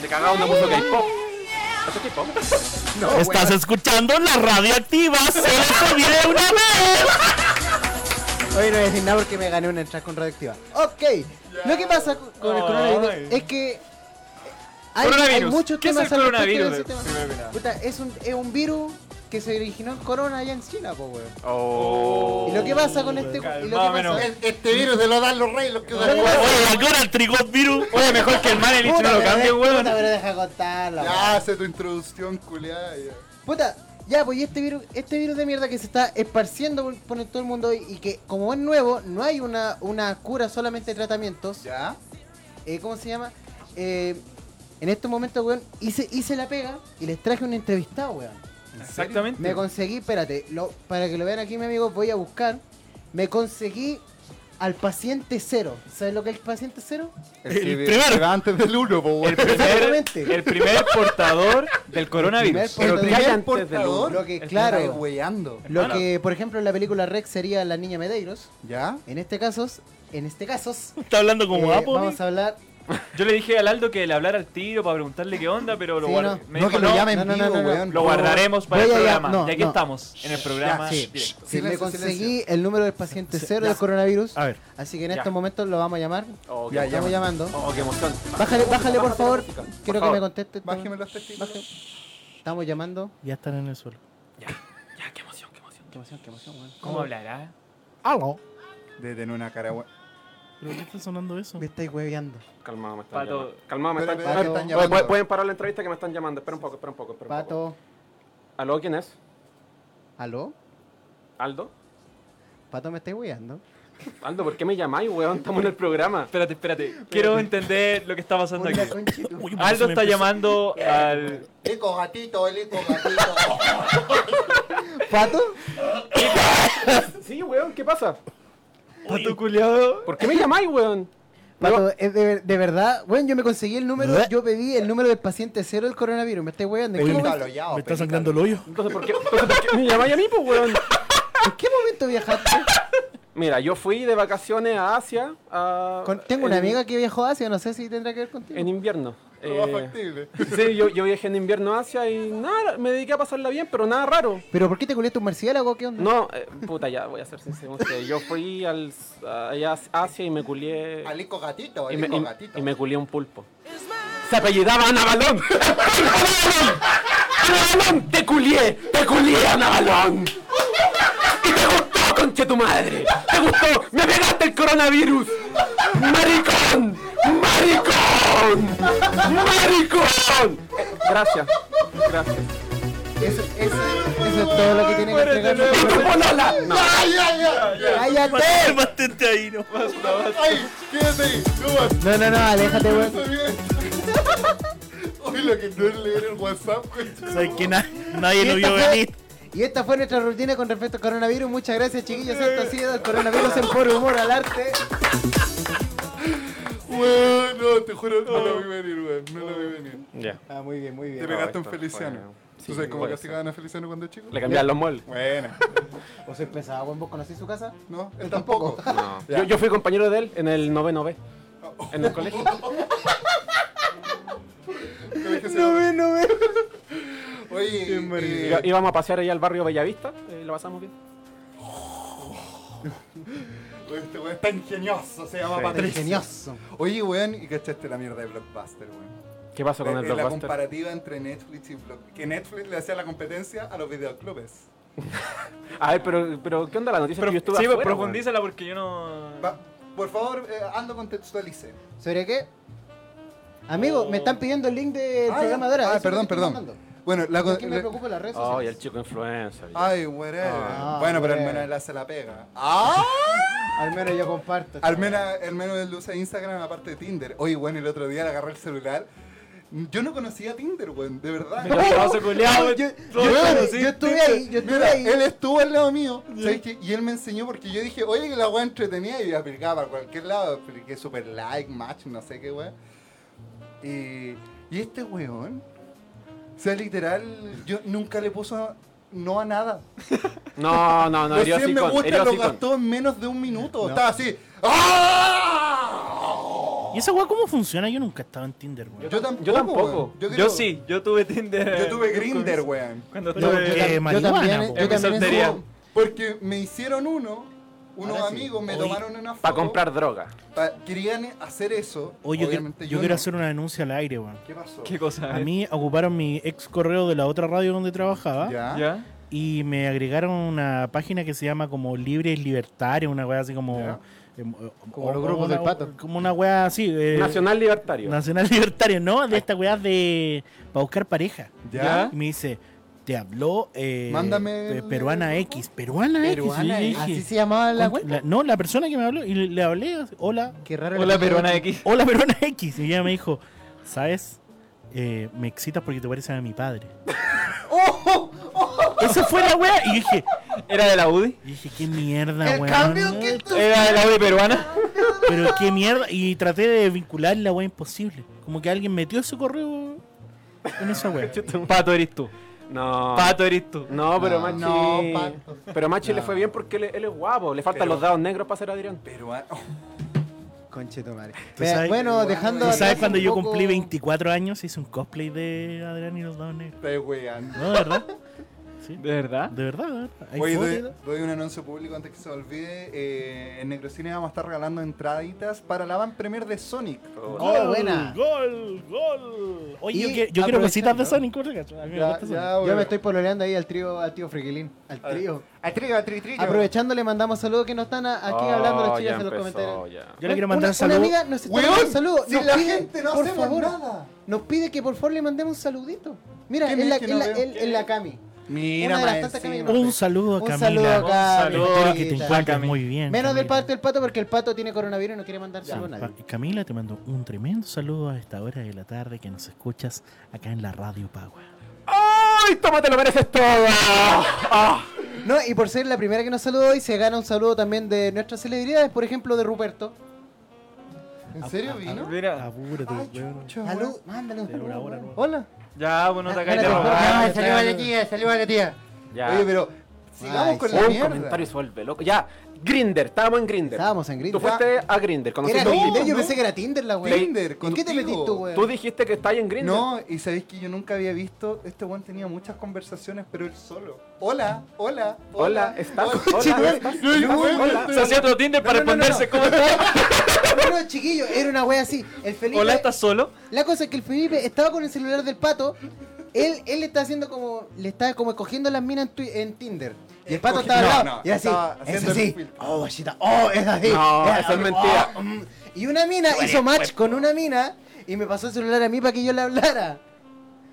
Speaker 5: Te cagaba una música K-pop.
Speaker 7: Yeah.
Speaker 5: ¿Hace tiempo?
Speaker 3: No,
Speaker 1: Estás escuchando la radioactiva, se lo viene de una vez.
Speaker 3: weón. Oye, no voy a decir nada porque me gané una entrada con radioactiva. Ok. Lo que pasa con con el
Speaker 6: Ay.
Speaker 3: coronavirus es que. eh, Hay,
Speaker 6: Coronavirus.
Speaker 3: hay muchos
Speaker 6: ¿Qué es
Speaker 3: temas
Speaker 6: el
Speaker 3: al respecto del sistema.
Speaker 6: coronavirus?
Speaker 5: Primero que nada.
Speaker 3: Puta, es un, es un virus que se originó en Corona allá en China, po, weón.
Speaker 5: Oh.
Speaker 3: Y lo que pasa con este. Y lo
Speaker 6: Más
Speaker 3: que
Speaker 6: o menos.
Speaker 3: pasa,
Speaker 2: El- Este virus se lo dan los reyes, los que
Speaker 3: Lo que pasa-
Speaker 1: Oye, ¿a qué hora el eh, trigotvirus?
Speaker 6: Oye, mejor que el man el
Speaker 3: Puta,
Speaker 6: no lo
Speaker 3: pero
Speaker 6: cambie,
Speaker 3: de-
Speaker 6: weón.
Speaker 3: Puta, pero deja contarla.
Speaker 4: Ya, hace tu introducción, culiada. ya.
Speaker 3: Puta, ya, pues y este virus, este virus de mierda que se está esparciendo por, por todo el mundo y, y que como es nuevo, no hay una, una cura, solamente tratamientos.
Speaker 4: ¿Ya?
Speaker 3: Eh, ¿Cómo se llama? Eh, en estos momentos, weón, hice, hice la pega y les traje un entrevistado, weón.
Speaker 6: Exactamente.
Speaker 3: Me conseguí, espérate, lo, para que lo vean aquí, mi amigo, voy a buscar. Me conseguí al paciente cero. ¿Sabes lo que es el paciente cero?
Speaker 1: El
Speaker 4: que ve-
Speaker 1: primero.
Speaker 4: que va antes del uno, po, weón. *laughs*
Speaker 6: El primer,
Speaker 3: Exactamente.
Speaker 6: el primer portador del
Speaker 3: primer
Speaker 6: coronavirus.
Speaker 5: Pero
Speaker 3: portador.
Speaker 5: que hay
Speaker 4: El
Speaker 5: antes del
Speaker 4: portador.
Speaker 3: Lo que,
Speaker 6: el
Speaker 4: Ay,
Speaker 3: claro,
Speaker 4: weyando.
Speaker 3: lo
Speaker 6: Hermano.
Speaker 3: que, por ejemplo, en la película Rex sería la niña Medeiros.
Speaker 4: ¿Ya?
Speaker 3: En este caso, en este caso,
Speaker 1: Está hablando como
Speaker 3: eh,
Speaker 1: Apo.
Speaker 3: vamos a hablar.
Speaker 6: Yo le dije al Aldo que le hablara al tiro para preguntarle qué onda, pero lo
Speaker 3: Sí,
Speaker 6: guardé.
Speaker 3: no.
Speaker 6: Me
Speaker 4: no,
Speaker 6: dijo,
Speaker 4: que lo
Speaker 6: "No,
Speaker 4: llamen
Speaker 3: no,
Speaker 4: en
Speaker 3: no,
Speaker 4: vivo,
Speaker 3: no, no, no.
Speaker 4: weón.
Speaker 6: Lo guardaremos para
Speaker 3: Voy
Speaker 6: el
Speaker 3: a llam-
Speaker 6: programa.
Speaker 3: no,
Speaker 6: y aquí
Speaker 3: no.
Speaker 6: estamos, en el programa.
Speaker 3: sí.
Speaker 6: directo.
Speaker 3: Si me
Speaker 4: Silencio,
Speaker 3: conseguí
Speaker 4: silencio.
Speaker 3: el número del paciente
Speaker 1: Sí,
Speaker 3: cero
Speaker 1: ya.
Speaker 3: del coronavirus,
Speaker 1: A ver.
Speaker 3: así que en
Speaker 6: Ya.
Speaker 3: estos momentos lo vamos a llamar. Lo
Speaker 5: Oh, qué
Speaker 4: Ya,
Speaker 5: emoción.
Speaker 3: estamos llamando.
Speaker 5: Oh, qué emoción.
Speaker 3: Bájale, bájale por favor. Quiero que
Speaker 5: favor.
Speaker 3: me conteste. esta-
Speaker 4: Bájeme los testículos.
Speaker 3: Estamos llamando.
Speaker 1: Ya están en el suelo.
Speaker 6: Ya, qué emoción, qué emoción.
Speaker 3: Qué emoción, qué emoción, weón.
Speaker 6: ¿Cómo hablará?
Speaker 1: Aló.
Speaker 4: De tener una cara, weón.
Speaker 1: ¿Pero qué está sonando eso?
Speaker 3: Me estáis hueveando.
Speaker 5: Calmado, me están
Speaker 6: Pato.
Speaker 5: llamando. Calmado, me
Speaker 4: Pero, pero,
Speaker 5: están
Speaker 3: Pato.
Speaker 5: llamando.
Speaker 4: están
Speaker 5: Oye, ¿pueden-
Speaker 4: llamando.
Speaker 5: ¿Pueden parar la entrevista que me están llamando? Espera un poco, espera un poco, espera un poco.
Speaker 3: Pato,
Speaker 5: ¿Aló, quién es?
Speaker 3: ¿aló?
Speaker 5: ¿Aldo?
Speaker 3: Pato, me estáis hueveando.
Speaker 5: Aldo, ¿por qué me llamáis, weón? Estamos en el programa.
Speaker 6: Espérate, espérate. Quiero entender lo que está pasando aquí.
Speaker 3: Hola, conche tu-
Speaker 1: Uy, se
Speaker 6: Aldo
Speaker 1: me
Speaker 6: está
Speaker 1: empezó-
Speaker 6: llamando al.
Speaker 4: Eco gatito, el eco *laughs* gatito.
Speaker 3: ¿Pato?
Speaker 5: Sí, weón, ¿qué pasa?
Speaker 6: Pato culiado.
Speaker 5: ¿Por qué me llamáis, weón?
Speaker 3: Pato,
Speaker 5: Luego-
Speaker 3: es de, ver- de verdad, bueno, yo me conseguí el número,
Speaker 1: ¿Bleh?
Speaker 3: yo pedí el número del paciente cero del coronavirus, me estáis hueveando. ¿En qué,
Speaker 1: Oye,
Speaker 3: momento,
Speaker 4: Pelícalo ya,
Speaker 1: Me está
Speaker 4: pelícalo.
Speaker 1: sangrando el hoyo.
Speaker 5: Entonces, ¿por qué, entonces, ¿por qué me llamáis a mí, pues, weón?
Speaker 3: en qué momento viajaste?
Speaker 5: Mira, yo fui de vacaciones a Asia. a-
Speaker 3: Con- tengo una
Speaker 5: en-
Speaker 3: amiga que viajó a Asia, no sé si tendrá que ver contigo.
Speaker 5: En invierno.
Speaker 4: Lo más
Speaker 5: Eh,
Speaker 4: factible.
Speaker 5: sí, yo, yo viajé en invierno a Asia y nada, me dediqué a pasarla bien, pero nada raro.
Speaker 3: ¿Pero por qué te culiaste un murciélago? ¿Qué onda?
Speaker 5: No, eh, puta, ya voy a ser sincero con ustedes. Yo fui al, a, allá a Asia y me culié.
Speaker 4: Al eco Ah, gatito,
Speaker 5: Y
Speaker 4: al
Speaker 5: me,
Speaker 4: eco
Speaker 5: y-
Speaker 4: gatito.
Speaker 5: y me culié un pulpo. Se apellidaba Ana Balón. *laughs* ¡Ana Balón! ¡Te culié! ¡Te culié, Ana Balón! ¡Y te gustó, conche tu madre! ¡Te gustó! ¡Me pegaste el coronavirus! ¡Maricón! ¡Maricón! ¡Maricón! Eh, gracias. Gracias.
Speaker 3: Eso, eso, eso es todo lo que tiene que entregar.
Speaker 5: ¡Y tu polola! No.
Speaker 4: ¡Ay, ay, ay!
Speaker 1: Mantente,
Speaker 3: ¡Cállate!
Speaker 1: *laughs* mantente ahí, no.
Speaker 4: ¡Ay! ¡Quédate ahí! ¡No más!
Speaker 3: No, no, no, aléjate,
Speaker 4: ¡No
Speaker 3: weón.
Speaker 4: está bien! *laughs* Uy, lo que no es leer el WhatsApp,
Speaker 1: Sabes
Speaker 4: concha.
Speaker 1: que na- nadie lo
Speaker 3: esta
Speaker 1: vio
Speaker 3: fue-
Speaker 1: venir.
Speaker 3: Y esta fue nuestra rutina con respecto al coronavirus. Muchas gracias, chiquillos. Esto ha sido el coronavirus en por humor al arte.
Speaker 4: Weón, no, te juro, no lo
Speaker 5: Oh.
Speaker 4: vi venir, weón. No lo vi venir.
Speaker 5: Ya.
Speaker 3: Ah, muy bien, muy
Speaker 4: Te
Speaker 3: bien.
Speaker 4: pegaste un
Speaker 5: esto fue-
Speaker 4: Feliciano.
Speaker 5: sí,
Speaker 4: ¿Tú sabes cómo
Speaker 5: puede
Speaker 4: castigaban a Feliciano cuando chico?
Speaker 5: Le cambiaron los moldes.
Speaker 4: Buena.
Speaker 3: ¿Os empezaba, weón? ¿Vos conocís su casa?
Speaker 4: *laughs* No, él *laughs* tampoco. Ya.
Speaker 5: Yo, yo fui compañero de él en el 99 En el colegio.
Speaker 4: No ve, no ve. Oye, eh,
Speaker 5: Iba- Íbamos a pasear allá al barrio Bellavista y lo pasamos bien.
Speaker 4: este weón es tan ingenioso, se llama
Speaker 5: Sí.
Speaker 4: Patricio.
Speaker 3: Ingenioso.
Speaker 4: Oye, weón, y cachaste la mierda de Blockbuster, weón.
Speaker 5: ¿Qué pasó con el
Speaker 4: Eh, eh, la
Speaker 5: blockbuster?
Speaker 4: comparativa entre Netflix y Blockbuster. Que Netflix le hacía la competencia a los videoclubes.
Speaker 5: A ver, pero, pero ¿qué onda la noticia?
Speaker 6: Pero,
Speaker 5: que yo estuve
Speaker 6: sí,
Speaker 5: afuera,
Speaker 6: profundízala porque yo no.
Speaker 4: Va, por favor, eh, ando contextualice.
Speaker 3: ¿Sobre qué? Amigo,
Speaker 6: Oh.
Speaker 3: me están pidiendo el link del
Speaker 4: Ah,
Speaker 3: programa
Speaker 4: ya.
Speaker 3: ahora.
Speaker 4: Ah,
Speaker 3: eso es lo
Speaker 4: perdón,
Speaker 3: que estoy
Speaker 4: perdón.
Speaker 3: mandando.
Speaker 4: Bueno, la
Speaker 3: Es que me preocupa las redes
Speaker 5: weón. Ay,
Speaker 3: sociales.
Speaker 5: el chico influencer.
Speaker 4: Ay, whatever.
Speaker 5: Ah,
Speaker 4: bueno, pero al
Speaker 3: whatever.
Speaker 4: menos él hace la pega. ¡Ah!
Speaker 3: Al menos yo comparto.
Speaker 4: Al menos, al menos él usa Instagram aparte de Tinder. Oye, bueno, el otro día le agarré el celular. Yo no conocía Tinder, weón, de verdad.
Speaker 6: Pero qué oso culiao,
Speaker 4: yo,
Speaker 6: todo
Speaker 4: yo-
Speaker 6: bueno,
Speaker 4: yo-
Speaker 6: sí.
Speaker 3: Yo estuve ahí, yo estuve
Speaker 4: Mira,
Speaker 3: ahí.
Speaker 4: él estuvo al lado mío, ¿sabes qué? Y él me enseñó porque yo dije, oye, que la weá entretenida y aplicaba para cualquier lado, apliqué super like, match, no sé qué weá. Y, y este weón, o sea, literal, yo nunca le puso no a nada.
Speaker 5: No, no, no,
Speaker 4: Los
Speaker 5: herido
Speaker 4: 100 me
Speaker 5: Sicon,
Speaker 4: gusta
Speaker 5: herido
Speaker 4: lo
Speaker 5: Sicon.
Speaker 4: gastó en menos de un minuto. Estaba así. ¡Ah!
Speaker 1: ¿Y esa weá cómo funciona? Yo nunca he estado en Tinder, weón.
Speaker 4: Yo
Speaker 6: Yo
Speaker 4: tampoco,
Speaker 6: tampoco.
Speaker 4: weón.
Speaker 6: Yo,
Speaker 4: creo-
Speaker 6: sí, yo tuve Tinder.
Speaker 4: Yo tuve
Speaker 6: eh,
Speaker 4: Grinder,
Speaker 6: cuando-
Speaker 4: weón.
Speaker 6: Cuando
Speaker 1: Pero
Speaker 6: tuve.
Speaker 1: yo tam- marihuana,
Speaker 3: también,
Speaker 1: po.
Speaker 3: yo
Speaker 6: Empezó
Speaker 3: también
Speaker 6: sería-
Speaker 3: estuve-
Speaker 4: No, porque me hicieron uno, unos
Speaker 3: Ahora sí.
Speaker 4: amigos me
Speaker 1: Oye,
Speaker 4: tomaron una foto.
Speaker 5: Para comprar droga.
Speaker 4: pa- querían hacer eso.
Speaker 1: Oye, yo, quiero-
Speaker 4: obviamente
Speaker 1: yo quiero
Speaker 4: no.
Speaker 1: hacer una denuncia al aire, weón.
Speaker 4: ¿Qué pasó?
Speaker 6: ¿Qué cosa?
Speaker 1: A
Speaker 6: eh?
Speaker 1: mí ocuparon mi ex correo de la otra radio donde trabajaba
Speaker 4: ¿Ah? ¿Ya?
Speaker 6: ¿Ya?
Speaker 1: y me agregaron una página que se llama como Libres Libertarios, una weá así como.
Speaker 4: Ya.
Speaker 1: em, eh,
Speaker 3: Como
Speaker 1: o-
Speaker 3: los grupos
Speaker 1: una-
Speaker 3: del pato.
Speaker 1: Como una weá así. eh,
Speaker 5: Nacional Libertario.
Speaker 1: Nacional Libertario, ¿no? De esta weá de. para buscar pareja.
Speaker 4: ¿Ya?
Speaker 1: Y me dice, te habló. eh,
Speaker 4: Mándame
Speaker 1: pe-
Speaker 4: el-
Speaker 1: Peruana X. Peruana,
Speaker 3: Peruana,
Speaker 1: X. Y yo
Speaker 3: así
Speaker 1: dije,
Speaker 3: se llamaba la
Speaker 1: "Concha-
Speaker 3: web.
Speaker 1: la- no, la persona que me habló. Y le, le hablé, así, hola,
Speaker 3: Qué raro.
Speaker 6: Hola,
Speaker 3: la
Speaker 6: peruana X.
Speaker 1: hola Peruana X. Y ella me dijo, ¿sabes? Eh, me excitas porque te pareces a mi
Speaker 3: *laughs*
Speaker 1: padre. Esa fue la weá. Y yo dije,
Speaker 6: ¿Era de la UDI?
Speaker 1: y dije qué mierda,
Speaker 3: El
Speaker 1: weón.
Speaker 3: cambio que tú-
Speaker 6: ¿Era de la UDI peruana?
Speaker 1: Pero qué mierda. Y traté de vincular la weá imposible. Como que alguien metió su correo en esa weá.
Speaker 6: Pato eres tú.
Speaker 5: No.
Speaker 6: Pato eres tú.
Speaker 5: No,
Speaker 4: No,
Speaker 5: pero Machi.
Speaker 4: no, Pato.
Speaker 5: Pero Machi le
Speaker 4: No.
Speaker 5: fue bien porque él, él es guapo. Le faltan
Speaker 4: Pero-
Speaker 5: los dados negros para ser Adrián.
Speaker 4: Peruano. *laughs*
Speaker 3: Conchetumare.
Speaker 1: ¿Tú sabes-
Speaker 3: Bueno,
Speaker 4: Peruana,
Speaker 3: dejando.
Speaker 1: ¿Tú
Speaker 4: Pero
Speaker 1: sabes
Speaker 3: atrás
Speaker 1: cuando
Speaker 3: un
Speaker 1: yo
Speaker 3: poco-
Speaker 1: cumplí 24 años hice un cosplay de Adrián y los Dados Negros?
Speaker 4: Estás weando.
Speaker 1: ¿No, de verdad? Sí.
Speaker 6: ¿De verdad?
Speaker 1: De verdad, de verdad. Hay
Speaker 4: Oye,
Speaker 1: fotos y
Speaker 4: doy,
Speaker 1: todo.
Speaker 4: doy un anuncio público antes que se me olvide. eh, en Necrocine vamos a estar regalando entraditas para la van premier de Sonic.
Speaker 5: Oh.
Speaker 3: Oh, buena.
Speaker 1: ¡Gol! ¡Gol! Oye,
Speaker 3: Y
Speaker 1: yo, que- yo quiero cositas de Sonic,
Speaker 3: aprovechando.
Speaker 1: ¿no? A mí me
Speaker 4: Ya,
Speaker 1: gusta Sonic.
Speaker 4: ya,
Speaker 3: Yo
Speaker 4: bueno.
Speaker 3: me estoy pololeando ahí al trío, al tío Friquilín. Al
Speaker 4: A ver.
Speaker 3: trío.
Speaker 4: A trigo, a tri, trillo.
Speaker 3: Aprovechando, le mandamos saludos que nos están a- aquí hablando las
Speaker 5: Oh, ya
Speaker 3: chicas en los
Speaker 5: empezó,
Speaker 3: comentarios.
Speaker 5: ya.
Speaker 1: Yo le quiero mandar
Speaker 3: una,
Speaker 1: un saludo.
Speaker 3: Una amiga nos está
Speaker 4: ¡Weón!
Speaker 3: mandando saludos.
Speaker 4: Si
Speaker 3: nos
Speaker 4: la
Speaker 3: pide,
Speaker 4: gente no
Speaker 3: por
Speaker 4: hacemos
Speaker 3: favor,
Speaker 4: nada.
Speaker 3: Nos pide que por favor le mandemos un saludito. Mira,
Speaker 4: ¿Quién
Speaker 3: en la,
Speaker 4: es que
Speaker 3: en
Speaker 4: no
Speaker 3: la-
Speaker 4: veo?
Speaker 3: en- en la Cami.
Speaker 4: Mira,
Speaker 3: Una de las
Speaker 4: más
Speaker 3: tantas que me
Speaker 4: encima.
Speaker 3: llamaron.
Speaker 1: Un saludo a
Speaker 3: Un
Speaker 1: Camila.
Speaker 3: saludo a Cami.
Speaker 6: saludo,
Speaker 1: Espero que te
Speaker 3: Camila.
Speaker 1: encuentres
Speaker 6: Cami.
Speaker 1: muy bien.
Speaker 3: Menos del
Speaker 1: Camila.
Speaker 3: parte del pato porque el pato tiene coronavirus y no quiere mandar saludos a
Speaker 1: Pa-
Speaker 3: nadie.
Speaker 1: Camila, te mando un tremendo saludo a esta hora de la tarde que nos escuchas acá en la Radio Pagua.
Speaker 5: ¡Ay, toma, te lo mereces todo! Ah.
Speaker 3: No, y por ser la primera que nos saludó hoy, se gana un saludo también de nuestras celebridades, por ejemplo, de Ruperto.
Speaker 4: ¿En serio vino?
Speaker 6: Mira,
Speaker 1: Apúrate,
Speaker 4: Ay,
Speaker 1: weón.
Speaker 4: chucha,
Speaker 3: Salud,
Speaker 4: weón.
Speaker 3: mándale un
Speaker 1: De una hora,
Speaker 3: saludo.
Speaker 1: ¿no?
Speaker 4: Hola.
Speaker 6: ya, bueno, te acá de
Speaker 3: Espérate,
Speaker 6: robar.
Speaker 1: Ah,
Speaker 3: espérate.
Speaker 2: salió a la tía, salió a la tía.
Speaker 5: Ya.
Speaker 4: Oye, pero sigamos
Speaker 3: Ay,
Speaker 4: con
Speaker 3: sí.
Speaker 4: la
Speaker 5: un
Speaker 4: mierda.
Speaker 5: comentario suelve, loco. Ya, Grinder, estábamos en Grinder.
Speaker 3: Estábamos en
Speaker 5: Tú
Speaker 3: Grindr.
Speaker 5: fuiste a Grinder,
Speaker 3: Era
Speaker 5: conociste a un
Speaker 4: no,
Speaker 3: Tinder,
Speaker 5: tipo.
Speaker 3: yo
Speaker 4: no.
Speaker 3: pensé que era Tinder la wea.
Speaker 4: Tinder,
Speaker 3: ¿En qué te
Speaker 4: contigo.
Speaker 3: metiste, wea? *laughs*
Speaker 5: Tú dijiste que estáis en Grinder.
Speaker 4: No, y sabéis que yo nunca había visto. Este weón tenía muchas conversaciones, pero él solo. Hola, hola,
Speaker 5: Hola,
Speaker 4: hola.
Speaker 5: ¿estás?
Speaker 4: hola.
Speaker 5: Hola,
Speaker 4: Hola,
Speaker 5: ¿estás?
Speaker 4: yo- yo-
Speaker 5: Hola.
Speaker 4: hola.
Speaker 6: Se hacía otro Tinder para
Speaker 3: No, no, no,
Speaker 6: responderse. ¿Cómo estás?
Speaker 3: No, no, chiquillo, era una wea así. El Felipe.
Speaker 6: Hola, ¿estás solo?
Speaker 3: La cosa es que el Felipe estaba con el celular del pato. Él, él le está haciendo como. Le está como escogiendo las minas en, Twi- en Tinder. Y el pato
Speaker 4: Escogiendo-
Speaker 3: estaba al lado.
Speaker 4: no, no,
Speaker 3: y así.
Speaker 4: estaba
Speaker 3: Es
Speaker 4: haciendo el
Speaker 3: así.
Speaker 4: perfil.
Speaker 3: Oh, guachita. Oh, es así.
Speaker 5: No,
Speaker 3: Eh,
Speaker 5: eso es
Speaker 3: oh,
Speaker 5: mentira.
Speaker 3: mm. Y una mina hizo match con una mina. Y me pasó el celular a mí para que yo le hablara.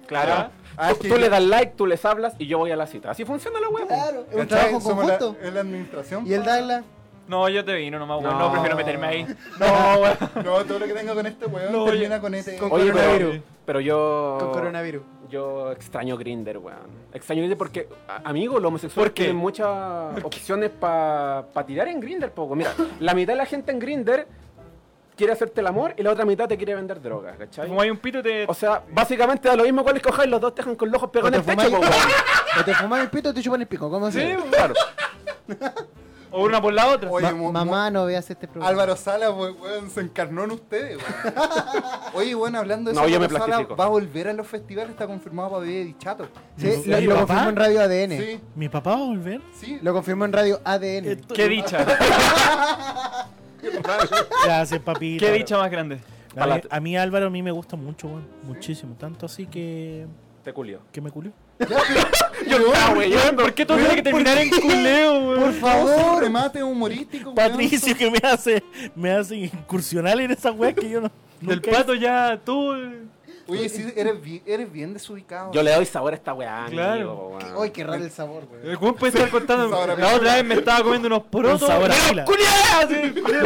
Speaker 5: Claro.
Speaker 4: Ah,
Speaker 5: Tú-
Speaker 4: es que
Speaker 5: tú
Speaker 4: yo-
Speaker 5: le das like, tú les hablas y yo voy a la cita. Así funciona la web.
Speaker 3: Claro, es un
Speaker 4: ¿Cachai?
Speaker 3: trabajo en
Speaker 4: Somos la-
Speaker 3: conjunto.
Speaker 4: Es la administración.
Speaker 3: Y el Douglas.
Speaker 6: No, yo te vino nomás, weón. No,
Speaker 5: No.
Speaker 6: prefiero meterme ahí.
Speaker 4: No, weón. No, todo lo que tengo con este weón
Speaker 6: No,
Speaker 4: termina con este.
Speaker 3: con-
Speaker 5: Oye, pero,
Speaker 3: coronavirus.
Speaker 5: pero yo.
Speaker 3: Con coronavirus.
Speaker 5: Yo extraño Grinder, weón. Extraño Grinder porque, a- amigo, los homosexuales
Speaker 6: ¿Por qué?
Speaker 5: tienen muchas opciones para tirar en Grinder, po, weón. Mira, la mitad de la gente en Grinder quiere hacerte el amor y la otra mitad te quiere vender drogas, ¿cachai?
Speaker 6: Como hay un pito, te.
Speaker 5: O sea, básicamente da lo mismo cuál escojáis, los dos te dejan con los ojos
Speaker 3: O
Speaker 5: pegados en
Speaker 3: te
Speaker 5: el techo,
Speaker 3: fumáis
Speaker 5: po, weón.
Speaker 3: o te fumáis el pito o te chupan el pico. ¿Cómo
Speaker 6: Sí,
Speaker 3: se llama?
Speaker 5: Claro.
Speaker 6: O una por la otra.
Speaker 4: Oye,
Speaker 3: Ma-
Speaker 4: mu- mu-
Speaker 3: Mamá, no veas este programa.
Speaker 4: Álvaro Sala, we- weón, se encarnó en ustedes, weón. *laughs* Oye, bueno, hablando de
Speaker 5: No,
Speaker 4: eso,
Speaker 5: yo me
Speaker 4: Álvaro
Speaker 5: plastifico.
Speaker 4: va a volver a los festivales, está confirmado para Bebé y Chato.
Speaker 3: Sí,
Speaker 1: ¿Sí,
Speaker 3: lo, lo
Speaker 1: papá?
Speaker 3: confirmó en Radio ADN.
Speaker 4: Sí,
Speaker 1: ¿Mi papá va a volver?
Speaker 4: sí.
Speaker 3: Lo confirmó en Radio ADN.
Speaker 6: Qué dicha.
Speaker 1: Gracias, papito.
Speaker 6: Qué dicha más grande.
Speaker 1: A, ver, a mí Álvaro, a mí me gusta mucho, weón. Muchísimo. Tanto así que,
Speaker 5: Te culio.
Speaker 1: que me culió.
Speaker 5: Yo estaba weyando.
Speaker 6: ¿Por qué todo tiene que terminar en culeo,
Speaker 3: Por
Speaker 6: weón?
Speaker 4: Un
Speaker 3: favor.
Speaker 4: remate humorístico, weón.
Speaker 1: Patricio que me hace, me hace incursionar en esa weá que yo no.
Speaker 6: Del
Speaker 1: nunca-
Speaker 6: pato ya, tú. eh.
Speaker 4: Oye, sí, eres bien, eres bien desubicado.
Speaker 5: Yo le doy sabor a esta weá,
Speaker 6: Claro.
Speaker 5: amigo, po, weón.
Speaker 3: Ay, qué raro el sabor, güey.
Speaker 6: El weón puede
Speaker 3: *laughs*
Speaker 6: estar contando.
Speaker 4: Sabor a
Speaker 6: La otra vez me estaba comiendo unos porotos.
Speaker 1: sabor a
Speaker 6: ¡Pero
Speaker 1: pila.
Speaker 6: culiao! Así, culiao.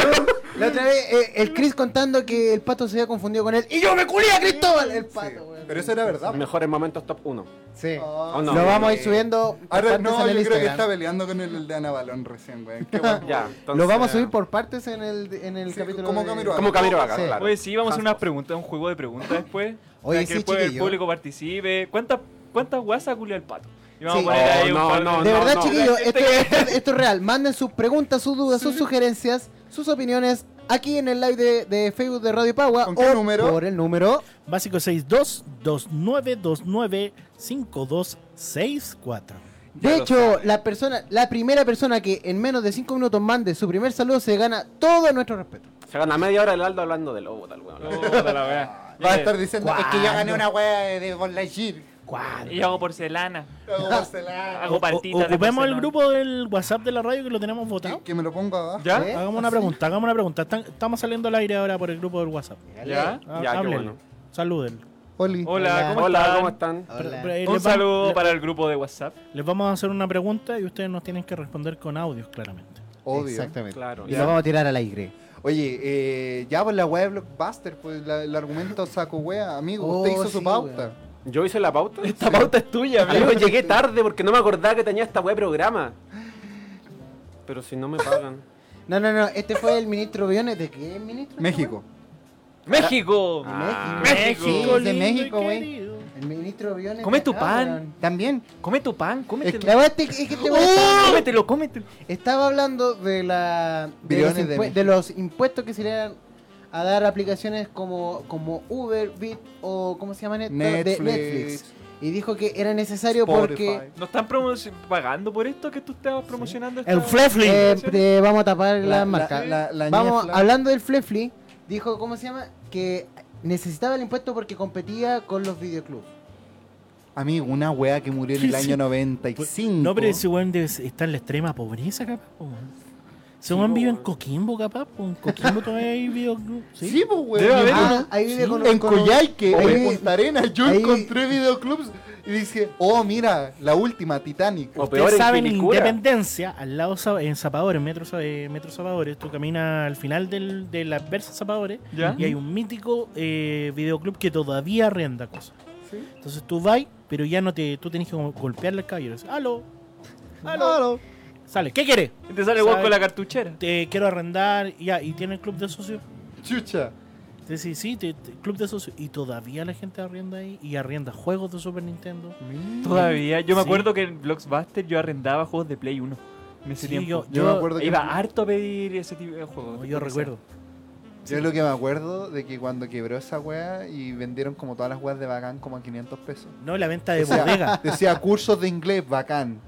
Speaker 3: La otra vez, eh, el Chris contando que el pato se había confundido con él. ¡Y yo me culé a Cristóbal! El
Speaker 4: Sí,
Speaker 3: pato, güey.
Speaker 4: Pero eso era verdad.
Speaker 5: Mejores momentos top 1.
Speaker 3: Sí.
Speaker 4: Ah,
Speaker 5: Oh, no.
Speaker 3: Lo vamos a ir subiendo. por
Speaker 4: Ahora
Speaker 3: partes en
Speaker 4: no, yo
Speaker 3: el
Speaker 4: creo que
Speaker 3: Instagram.
Speaker 4: está peleando con el, el de Ana Balón recién, weón.
Speaker 3: *laughs*
Speaker 4: Qué buen
Speaker 5: Ya,
Speaker 4: weón.
Speaker 5: entonces-
Speaker 3: Lo vamos a subir por partes en el, en el
Speaker 4: Sí,
Speaker 3: capítulo.
Speaker 4: como
Speaker 3: de-
Speaker 4: Camiroaga.
Speaker 5: Como Camiroaga,
Speaker 3: Sí.
Speaker 5: claro.
Speaker 6: Oye, sí, vamos a hacer unas preguntas, un juego de preguntas después.
Speaker 3: *laughs* Oye,
Speaker 6: para
Speaker 3: sí,
Speaker 6: que después el
Speaker 3: chiquillo.
Speaker 6: público participe. ¿Cuántas cuántas guasas culió el pato? Y vamos
Speaker 3: Sí.
Speaker 6: a poner ahí
Speaker 5: No,
Speaker 6: un
Speaker 5: Oh, no,
Speaker 6: par Este
Speaker 5: no,
Speaker 3: De
Speaker 4: Este
Speaker 5: no.
Speaker 3: verdad, chiquillos,
Speaker 5: *laughs*
Speaker 6: La
Speaker 3: esto,
Speaker 6: gente
Speaker 3: esto- esto es real. Manden sus preguntas, sus dudas, sus sugerencias, sus opiniones aquí en el live de, de Facebook de Radio Pagua.
Speaker 4: ¿Con qué
Speaker 3: o
Speaker 4: número?
Speaker 3: Por el número.
Speaker 1: Básico 62 2929 5264.
Speaker 4: Ya
Speaker 3: de
Speaker 4: lo
Speaker 3: hecho,
Speaker 4: saben.
Speaker 3: la persona, la primera persona que en menos de 5 minutos mande su primer saludo se gana todo nuestro respeto.
Speaker 5: Se gana media hora el Aldo hablando de lobo, tal weón.
Speaker 6: Puta la wea.
Speaker 4: Va a estar diciendo, es que yo gané
Speaker 3: ¿Cuándo?
Speaker 4: una wea de, de
Speaker 3: *laughs*
Speaker 4: Bonlajir.
Speaker 6: Y yo hago porcelana.
Speaker 4: Hago
Speaker 1: *laughs*
Speaker 4: porcelana.
Speaker 6: Hago partitas. de
Speaker 1: ocupemos el
Speaker 6: porcelana.
Speaker 1: grupo del WhatsApp de la radio que lo tenemos votado.
Speaker 4: Que- Que me lo pongo abajo.
Speaker 6: ¿Ya?
Speaker 3: ¿Eh?
Speaker 1: Hagamos una
Speaker 3: ¿Así?
Speaker 1: pregunta, hagamos una pregunta. Están- estamos saliendo al aire ahora por el grupo del WhatsApp.
Speaker 6: ¿Ya?
Speaker 1: Ah,
Speaker 5: Ya, qué
Speaker 1: háblenlo.
Speaker 5: bueno.
Speaker 1: Salúdenlo.
Speaker 4: Oli.
Speaker 6: Hola, ¿cómo
Speaker 5: Hola,
Speaker 6: están?
Speaker 5: ¿cómo están?
Speaker 1: Pero-
Speaker 3: Hola.
Speaker 1: pero, eh,
Speaker 6: Un
Speaker 1: les va-
Speaker 6: saludo
Speaker 1: le-
Speaker 6: para el grupo de WhatsApp.
Speaker 3: Ah.
Speaker 1: Les vamos a hacer una pregunta y ustedes nos tienen que responder con audios, claramente.
Speaker 4: Obvio.
Speaker 3: Exactamente.
Speaker 5: Claro.
Speaker 3: Y lo vamos a tirar al aire.
Speaker 4: Oye, eh, ya pues la wea de Blockbuster, pues la- el argumento saco wea, amigo.
Speaker 3: Oh,
Speaker 4: usted hizo su
Speaker 3: sí,
Speaker 4: pauta.
Speaker 5: ¿Yo hice la pauta?
Speaker 6: Esta pauta es tuya,
Speaker 5: Amigo, llegué tarde porque no me acordaba que tenía esta web programa. Pero si no me pagan.
Speaker 3: No, no, no. Este fue el ministro Briones. ¿De qué ministro?
Speaker 4: México.
Speaker 6: ¡México!
Speaker 5: Ah,
Speaker 6: México.
Speaker 4: Sí,
Speaker 1: lindo
Speaker 4: de
Speaker 1: y
Speaker 4: México, güey.
Speaker 1: querido.
Speaker 3: El ministro Briones.
Speaker 6: Come
Speaker 3: de
Speaker 6: tu
Speaker 3: acá,
Speaker 6: pan.
Speaker 3: weón.
Speaker 4: También.
Speaker 6: Come tu pan, cómetelo. Uh,
Speaker 3: La verdad es que es que
Speaker 4: Oh,
Speaker 3: este weón estaba-
Speaker 6: Cómetelo, cómetelo.
Speaker 3: Estaba hablando de la de los,
Speaker 4: Billones de
Speaker 3: impue-
Speaker 4: México.
Speaker 3: de los impuestos que se le dan a dar a aplicaciones como, como Uber, Bit o ¿cómo se llaman? estas?
Speaker 4: Netflix.
Speaker 3: De Netflix. Y dijo que era necesario porque
Speaker 4: Spotify.
Speaker 6: ¿No están promoci- pagando por esto que tú estás promocionando?
Speaker 1: El
Speaker 6: esta-
Speaker 1: Flefling.
Speaker 3: eh, eh, vamos a tapar la,
Speaker 4: La-
Speaker 3: marca.
Speaker 4: la- la- la
Speaker 3: vamos,
Speaker 4: ñefla.
Speaker 3: hablando del Flefli, dijo ¿cómo se llama? Que necesitaba el impuesto porque competía con los videoclubs.
Speaker 4: Amigo, una wea que murió en el
Speaker 1: Sí, sí.
Speaker 4: año 95.
Speaker 1: No, pero ese weón debe ser- está en la extrema pobreza, capaz. po, weón. Ese
Speaker 5: Sí,
Speaker 1: weón
Speaker 5: po,
Speaker 1: vive en
Speaker 5: weón.
Speaker 1: Coquimbo, capaz. po. En Coquimbo todavía hay
Speaker 4: *laughs*
Speaker 1: videoclub.
Speaker 4: Sí,
Speaker 1: Sí.
Speaker 4: pues weón.
Speaker 6: Debe haber
Speaker 4: Ah,
Speaker 3: Ah, ahí vive
Speaker 1: sí.
Speaker 3: con,
Speaker 4: En
Speaker 3: con un-
Speaker 4: Coyhaique,
Speaker 3: ahí
Speaker 4: en
Speaker 3: vive-
Speaker 4: Punta Arenas, yo
Speaker 3: ahí-
Speaker 4: encontré videoclubs y dije, oh mira, la última, Titanic.
Speaker 5: O peor,
Speaker 1: Ustedes
Speaker 5: en
Speaker 1: saben, en
Speaker 5: Quilicura.
Speaker 1: Independencia, al lado Sa- en Zapadores, Metro, Sa- eh, Metro Zapadores, tú caminas al final del, de la Versa Zapadores
Speaker 6: ¿Ya?
Speaker 1: y hay un mítico eh, videoclub que todavía arrenda cosas.
Speaker 4: Sí.
Speaker 1: Entonces tú vas, pero ya no te. Tú tenés que como golpearle al caballero. Dices, ¡Aló! ¡Aló!
Speaker 4: Claro.
Speaker 1: Sale, ¿qué quieres?
Speaker 6: Y te sale el weón
Speaker 1: ¿Sabe?
Speaker 6: con la cartuchera.
Speaker 1: Te quiero arrendar. y Ya, y tiene el club de socios.
Speaker 4: Chucha.
Speaker 1: Entonces, sí, sí, te- te- club de socios. Y todavía la gente arrienda ahí y arrienda juegos de Super Nintendo.
Speaker 6: Todavía. Yo me
Speaker 1: Sí.
Speaker 6: acuerdo que en Blockbuster yo arrendaba juegos de Play 1. En ese
Speaker 1: Sí,
Speaker 6: tiempo.
Speaker 1: yo-
Speaker 4: Yo me acuerdo que
Speaker 6: Iba harto a pedir ese tipo de juegos.
Speaker 1: yo recuerdo.
Speaker 4: Yo lo que me acuerdo de que cuando quebró esa wea y vendieron como todas las weas de bacán como a 500 pesos.
Speaker 1: No, la venta de
Speaker 4: O sea,
Speaker 1: bodega.
Speaker 4: Decía cursos de inglés bacán.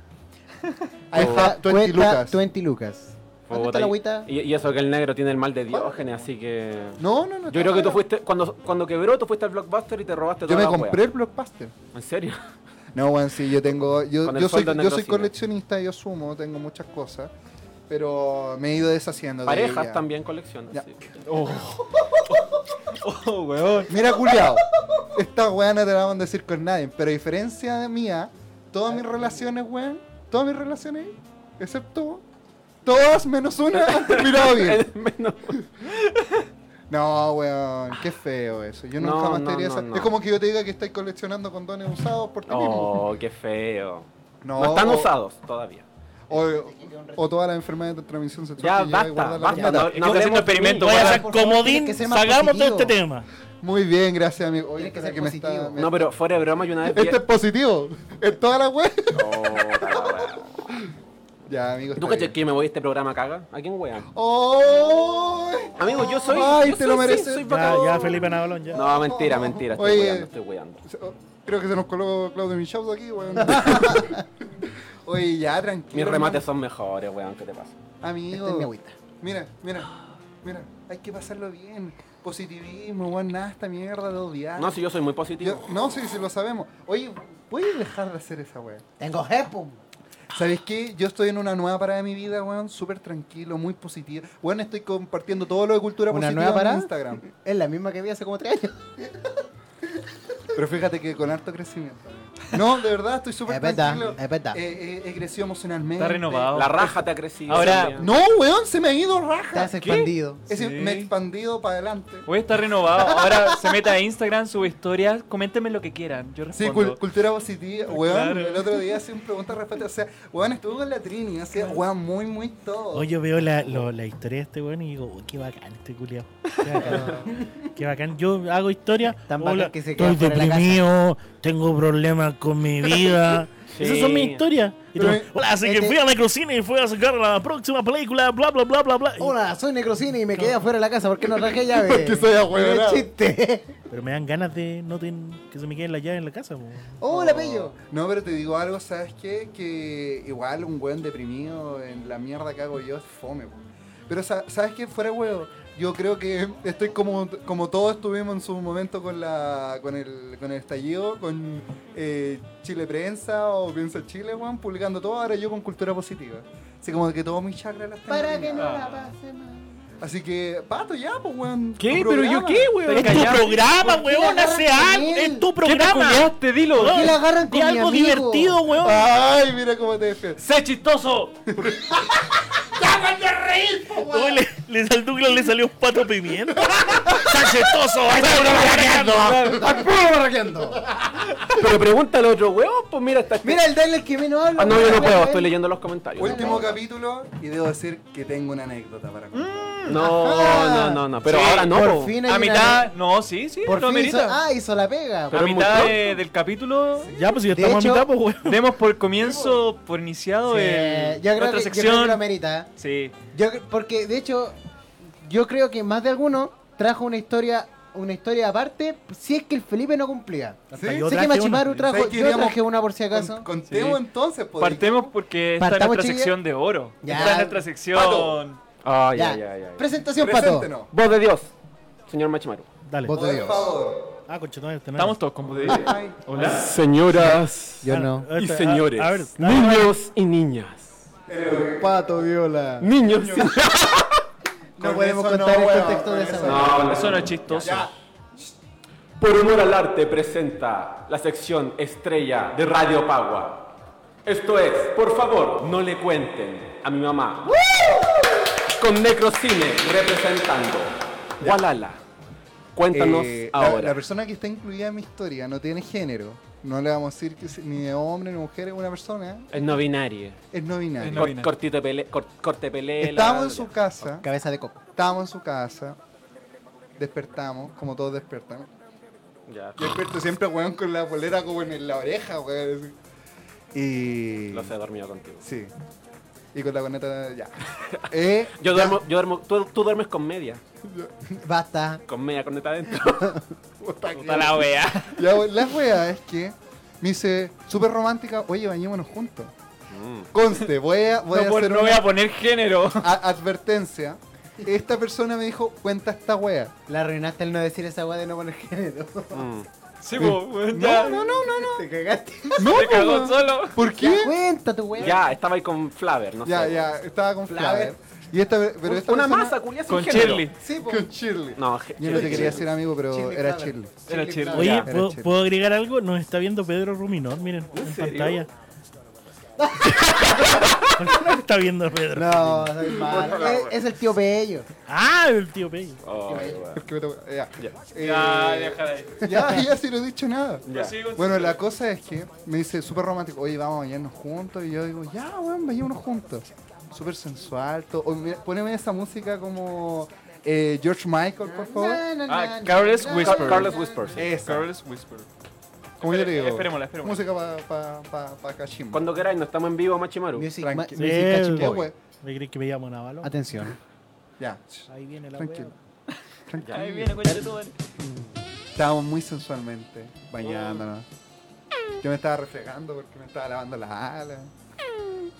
Speaker 4: I
Speaker 5: Oh.
Speaker 3: Cuesta-
Speaker 4: have 20
Speaker 3: cuesta
Speaker 4: lucas.
Speaker 3: 20 lucas. ¿Dónde está la
Speaker 5: Puta, y-
Speaker 3: agüita?
Speaker 5: Y, y eso que el negro tiene el mal de Diógenes, así que.
Speaker 4: No, no, no.
Speaker 5: Yo
Speaker 4: está
Speaker 5: creo que tú
Speaker 4: bueno.
Speaker 5: fuiste. Cuando, cuando quebró, tú fuiste al blockbuster y te robaste
Speaker 4: Yo
Speaker 5: toda
Speaker 4: me
Speaker 5: la wea.
Speaker 4: compré el blockbuster.
Speaker 5: ¿En serio?
Speaker 4: No, weón, sí, yo tengo. Yo,
Speaker 5: Con el
Speaker 4: yo soy,
Speaker 5: sueldo en
Speaker 4: yo
Speaker 5: el
Speaker 4: soy
Speaker 5: cine.
Speaker 4: coleccionista, yo sumo, tengo muchas cosas. Pero me he ido deshaciendo. de
Speaker 5: Parejas
Speaker 4: ella.
Speaker 5: también coleccionan.
Speaker 4: Ya.
Speaker 5: sí.
Speaker 6: Oh, weón.
Speaker 4: Mira, culiao. Esta weá no te la van a decir con nadie. Pero a diferencia de mía, todas mis relaciones, weón, todas mis relaciones, excepto todas menos una, *laughs* han
Speaker 5: *laughs*
Speaker 4: terminado bien.
Speaker 5: Menos-
Speaker 4: No, weón, qué feo eso. Yo
Speaker 5: No,
Speaker 4: nunca más
Speaker 5: no,
Speaker 4: te diría
Speaker 5: no,
Speaker 4: esa-
Speaker 5: no.
Speaker 4: Es como que yo te diga que estáis coleccionando condones usados por ti mismo.
Speaker 5: Oh, qué feo.
Speaker 4: No,
Speaker 5: No, están
Speaker 4: o-
Speaker 5: usados todavía.
Speaker 4: O, o todas las enfermedades de transmisión sexual.
Speaker 5: Ya
Speaker 4: que lleva y
Speaker 5: basta,
Speaker 4: guardar la
Speaker 5: basta.
Speaker 4: plata.
Speaker 5: No, no hablemos
Speaker 6: haciendo
Speaker 5: de
Speaker 6: experimento,
Speaker 1: Voy
Speaker 5: mí.
Speaker 1: a
Speaker 6: Bueno,
Speaker 1: hacer
Speaker 3: por favor,
Speaker 1: comodín,
Speaker 3: tienes que ser más
Speaker 1: salgamos de
Speaker 3: positivo.
Speaker 1: este tema.
Speaker 4: Muy bien, gracias, amigo. Oye,
Speaker 3: Tienes que
Speaker 4: espera
Speaker 3: ser
Speaker 4: que me está-
Speaker 3: positivo.
Speaker 4: me-
Speaker 5: No, pero fuera de broma, yo una vez. vi-
Speaker 4: Este es positivo. En toda la web.
Speaker 5: *laughs* Puta la wea.
Speaker 4: *laughs* Ya, amigo.
Speaker 5: ¿Tú
Speaker 4: está
Speaker 5: cachas
Speaker 4: bien.
Speaker 5: que me voy a este programa caga? ¿A quién wean?
Speaker 4: ¡Ay!
Speaker 5: Amigo, yo soy.
Speaker 4: Ay,
Speaker 5: yo
Speaker 4: te
Speaker 5: soy-
Speaker 4: lo
Speaker 5: sí,
Speaker 4: mereces.
Speaker 5: soy
Speaker 1: Ya,
Speaker 5: bacán.
Speaker 1: ya, Felipe Navalón, ya.
Speaker 5: No, mentira, mentira. Estoy
Speaker 4: Oye.
Speaker 5: weando, estoy weando.
Speaker 4: Se- oh, Creo que se nos coló Claudio Michaud aquí,
Speaker 3: *laughs*
Speaker 4: weón. Oye, ya, tranquilo.
Speaker 5: Mis
Speaker 4: hermano.
Speaker 5: remates son mejores, weón. ¿Qué te pasa?
Speaker 4: Amigo.
Speaker 3: Esta Este es mi agüita.
Speaker 4: mira, mira, mira. Hay que pasarlo bien. Positivismo, weón. Nada, esta mierda de odiar.
Speaker 5: No, si yo soy muy positivo.
Speaker 4: Yo- no, sí, sí, lo sabemos. Oye, ¿puedes dejar de hacer esa weón?
Speaker 3: Tengo jepo.
Speaker 4: ¿Sabes qué? Yo estoy en una nueva parada de mi vida, weón. Súper tranquilo, muy positiva. Weón, estoy compartiendo todo lo de cultura
Speaker 3: ¿Una
Speaker 4: positiva
Speaker 3: nueva
Speaker 4: en
Speaker 3: parada?
Speaker 4: Instagram.
Speaker 3: Es la misma que vi hace como 3 años.
Speaker 5: *laughs*
Speaker 4: Pero fíjate que con harto crecimiento. No, de verdad, estoy súper
Speaker 3: Es verdad,
Speaker 4: tranquilo.
Speaker 3: es verdad.
Speaker 4: Eh, eh, he crecido emocionalmente.
Speaker 6: Está renovado.
Speaker 5: La raja te ha crecido.
Speaker 6: Ahora-
Speaker 5: también.
Speaker 4: No, weón, se me ha ido
Speaker 3: Te
Speaker 4: raja.
Speaker 3: has expandido.
Speaker 4: Es decir,
Speaker 6: Sí.
Speaker 4: me he expandido para adelante.
Speaker 6: Hoy está renovado. Ahora se meta a Instagram, sube historias, coméntenme lo que quieran. Yo
Speaker 4: Sí,
Speaker 6: respondo.
Speaker 4: cul- cultura positiva, weón.
Speaker 6: Claro.
Speaker 4: El otro día hice un pregunta al respecto. O sea, weón, estuvo con la Trini. O sea, weón, muy, muy todo.
Speaker 1: Hoy yo veo la, lo- la historia de este weón y digo, "Uy, qué bacán este culiao. Qué bacán.
Speaker 3: *laughs*
Speaker 1: Qué bacán. Yo hago historia.
Speaker 3: Tan
Speaker 1: hola,
Speaker 3: bacán que se queda
Speaker 1: estoy
Speaker 3: fuera de la
Speaker 5: *laughs*
Speaker 1: deprimido, tengo problemas con mi vida, Esas son mis historias. Y tú,
Speaker 4: Pero,
Speaker 1: hola, así que
Speaker 3: este-
Speaker 1: fui a Necrocine y fui a sacar la próxima película, bla, bla, bla, bla, bla. Y-
Speaker 3: Hola, soy Necrocine y me quedé afuera de la casa porque no
Speaker 4: *laughs*
Speaker 3: traje llave.
Speaker 4: Porque soy ahueonado.
Speaker 3: Qué chiste.
Speaker 1: Pero me dan ganas de no ten- que se me queden las llaves en la casa. po.
Speaker 3: *laughs* Hola, Pello.
Speaker 4: Oh. No, pero te digo algo, ¿sabes qué? Que igual un weón deprimido en la mierda que hago yo es fome, po. Pero sa- ¿sabes qué? Fuera huevo. Yo creo que estoy como, como todos estuvimos en su momento con la con el, con el estallido, con eh, Chile Prensa o Piensa Chile, weón, publicando todo, ahora yo con cultura positiva. Así como que todos mis chakras las tengo
Speaker 3: Para que
Speaker 4: alineadas.
Speaker 3: no la
Speaker 5: Ah.
Speaker 3: pase mal.
Speaker 4: Así que, pato, ya, pues, weón.
Speaker 5: ¿Qué?
Speaker 4: tu
Speaker 5: ¿Pero yo
Speaker 4: programa.
Speaker 5: qué, weón?
Speaker 1: Es tu
Speaker 5: Callado.
Speaker 1: programa,
Speaker 3: ¿Por qué la
Speaker 1: weón,
Speaker 3: agarran
Speaker 1: hace
Speaker 3: con
Speaker 1: algo.
Speaker 3: él?
Speaker 1: Es tu
Speaker 6: ¿Qué te
Speaker 1: programa.
Speaker 6: culiaste? Dilo.
Speaker 1: Weón,
Speaker 3: qué la agarran
Speaker 1: di
Speaker 3: con mi
Speaker 1: algo
Speaker 3: amigo?
Speaker 1: divertido, weón.
Speaker 4: Ay, mira cómo te despides.
Speaker 5: ¡Sé chistoso!
Speaker 1: Oye, le, le- al Douglas le salió un pato *laughs* pimienta. ¡Sanchetoso!
Speaker 5: ¡Al puro barraqueando! Pero pregúntale a otro weón, pues mira, está...
Speaker 3: Mira eh. el Daniel que menos habla.
Speaker 5: Ah, no, yo no
Speaker 3: weón.
Speaker 5: puedo, estoy leyendo los comentarios.
Speaker 4: Último capítulo y debo decir que tengo una anécdota para contar.
Speaker 5: No, no, no, no, pero
Speaker 6: Sí,
Speaker 5: ahora no. po.
Speaker 3: Por fin hay
Speaker 6: A
Speaker 3: una-
Speaker 6: mitad, no, sí, sí,
Speaker 3: Por
Speaker 6: no
Speaker 3: fin hizo,
Speaker 6: amerita.
Speaker 3: ah, hizo la pega.
Speaker 5: Pero
Speaker 6: A
Speaker 5: es muy
Speaker 6: mitad
Speaker 5: pronto.
Speaker 6: de- del capítulo
Speaker 1: Ya, pues si
Speaker 3: De
Speaker 1: estamos a
Speaker 3: hecho-
Speaker 1: mitad, pues weón.
Speaker 6: demos por comienzo, por iniciado
Speaker 3: Sí,
Speaker 6: el,
Speaker 3: eh, yo, creo
Speaker 6: nuestra
Speaker 3: que, yo creo que
Speaker 6: sección.
Speaker 3: lo amerita.
Speaker 6: sí,
Speaker 3: Yo, cre- porque de hecho, yo creo que más de alguno trajo una historia una historia aparte si es que el Felipe no cumplía.
Speaker 1: Hasta
Speaker 4: Sí,
Speaker 1: yo
Speaker 3: sé
Speaker 1: traje
Speaker 3: que Machimaru
Speaker 1: uno.
Speaker 3: trajo,
Speaker 4: ¿Sabes qué?
Speaker 3: yo
Speaker 4: Digamos,
Speaker 3: traje una por si acaso.
Speaker 4: Con- contemos
Speaker 6: Sí.
Speaker 4: entonces, pues.
Speaker 6: partemos porque esta es
Speaker 3: Partamos,
Speaker 6: nuestra
Speaker 3: chiquillos.
Speaker 6: sección de oro.
Speaker 3: Ya.
Speaker 6: Esta es nuestra sección.
Speaker 4: Pato.
Speaker 5: Ah, ya,
Speaker 3: ya.
Speaker 5: ya, ya. ya.
Speaker 3: Presentación, Pato.
Speaker 4: Preséntenos.
Speaker 5: Voz de Dios, señor Machimaru.
Speaker 1: Dale.
Speaker 3: Vos-
Speaker 4: Por favor.
Speaker 1: Ah, conchetumare, este no
Speaker 6: Estamos todos como de.
Speaker 4: Ay,
Speaker 6: Hola.
Speaker 5: Señoras
Speaker 3: Yo
Speaker 1: era.
Speaker 3: no.
Speaker 1: Ah,
Speaker 5: y
Speaker 1: este, ah,
Speaker 5: señores,
Speaker 1: a ver, ah,
Speaker 5: niños y niñas.
Speaker 3: Pato Viola.
Speaker 5: Niños y
Speaker 3: No
Speaker 4: Con
Speaker 3: podemos
Speaker 4: eso
Speaker 3: contar
Speaker 4: no,
Speaker 3: el
Speaker 4: weón,
Speaker 3: contexto de
Speaker 4: con
Speaker 3: esa
Speaker 4: eso
Speaker 3: manera.
Speaker 6: Eso no es chistoso.
Speaker 4: Ya.
Speaker 5: Por honor al arte presenta la sección estrella de Radio Pagua. Esto es, por favor, no le cuenten a mi mamá. Con Necrocine representando. Walala, cuéntanos
Speaker 4: Eh, la- La,
Speaker 5: ahora.
Speaker 4: persona que está incluida en mi historia no tiene género. No le vamos a decir que es ni de hombre ni mujer, es una persona.
Speaker 5: Es Eh, no binario.
Speaker 4: Es no binaria.
Speaker 6: Es no- binario.
Speaker 5: cortito pele, cor- corte pelela.
Speaker 4: Estábamos en su casa.
Speaker 3: Cabeza de coco. *laughs*
Speaker 4: Estábamos en su casa. Despertamos, como todos despertan.
Speaker 5: Ya,
Speaker 4: Yo despierto siempre, weón, con la polera como en la oreja, weón. así. Y.
Speaker 5: los he dormido contigo.
Speaker 4: Sí. Y con la coneta, ya. Eh, ya.
Speaker 5: Yo duermo, yo duermo, tú, tú duermes con media.
Speaker 3: Basta.
Speaker 5: Con media corneta
Speaker 4: *laughs*
Speaker 5: adentro.
Speaker 4: Puta que-
Speaker 6: Puta la wea.
Speaker 4: Ya, we- la wea es que me dice, súper romántica, oye, bañémonos juntos.
Speaker 5: Mm,
Speaker 4: Conste, voy a, voy
Speaker 6: No,
Speaker 4: a
Speaker 6: por-
Speaker 4: hacer
Speaker 6: no voy
Speaker 4: una
Speaker 6: a poner género.
Speaker 4: a- advertencia. Esta persona me dijo, cuenta esta wea.
Speaker 3: La arruinaste al no decir esa weá de no poner género. *laughs*
Speaker 5: Mm.
Speaker 6: Sí, po, weón, ya.
Speaker 4: No, no, no, no, no.
Speaker 3: Te cagaste.
Speaker 4: No,
Speaker 6: Te cagó
Speaker 4: po,
Speaker 6: solo.
Speaker 4: ¿Por
Speaker 3: Ya,
Speaker 4: qué?
Speaker 3: cuenta tu weá.
Speaker 5: Ya, estaba ahí con Flaver, no
Speaker 4: Ya,
Speaker 5: sé.
Speaker 4: ya, estaba con
Speaker 3: Flaver.
Speaker 4: Flaver. Y esta, pero esta
Speaker 5: Una
Speaker 4: persona-
Speaker 5: masa, culia, sin
Speaker 6: Con
Speaker 5: género.
Speaker 6: Shirley.
Speaker 3: Sí, po.
Speaker 4: Con Shirley.
Speaker 5: No,
Speaker 4: Yo
Speaker 5: je-
Speaker 4: no te
Speaker 5: Shirley.
Speaker 4: quería decir amigo, pero
Speaker 3: Shirley
Speaker 4: era
Speaker 3: Flaver.
Speaker 4: Shirley.
Speaker 6: Era Shirley.
Speaker 3: Flaver.
Speaker 1: Oye,
Speaker 4: Ya,
Speaker 1: ¿puedo,
Speaker 4: era
Speaker 1: puedo agregar algo? Nos está viendo Pedro Ruminor, miren, en, pantalla.
Speaker 3: *laughs*
Speaker 1: ¿Por qué no está viendo a Pedro?
Speaker 3: No, soy malo. Es, es el tío Bello.
Speaker 1: Ah, el tío Pello.
Speaker 5: Oh, weón.
Speaker 4: Porque me tocó- Ya, Eh,
Speaker 6: Ya, déjala ahí.
Speaker 4: ya, ya, si no he dicho nada.
Speaker 5: Ya.
Speaker 6: Prosigo,
Speaker 4: Bueno,
Speaker 6: sí.
Speaker 4: la cosa es que me dice súper romántico, oye, vamos a bañarnos juntos. Y yo digo, ya, weón, bañémonos juntos. Súper sensual. todo. Oye, mira, poneme esa música como eh, George Michael, por favor.
Speaker 3: Na, na,
Speaker 6: Ah,
Speaker 3: na, na,
Speaker 6: Careless
Speaker 3: na,
Speaker 6: Whisper.
Speaker 3: na,
Speaker 5: Careless
Speaker 3: na,
Speaker 5: Whisper,
Speaker 3: na.
Speaker 5: sí.
Speaker 4: Esa.
Speaker 6: Careless Whisper.
Speaker 4: Como yo le digo.
Speaker 6: Esperémosla, esperémosla.
Speaker 4: Música para pa, pa, pa Kashima.
Speaker 5: Cuando queráis, no estamos en vivo, Machimaru.
Speaker 3: Music, ma-
Speaker 4: Tranqui-
Speaker 3: music
Speaker 1: Eh,
Speaker 3: catching
Speaker 4: Ya,
Speaker 3: boy.
Speaker 4: weón.
Speaker 1: ¿Me crees que me llamo Navalo?
Speaker 3: Atención.
Speaker 4: Ya.
Speaker 1: Ahí viene la
Speaker 4: Tranquilo. Tranquilo.
Speaker 6: Ahí viene, cuéntale tú, weón.
Speaker 4: Estábamos muy sensualmente bañándonos. Yo me estaba refregando porque me estaba lavando las alas.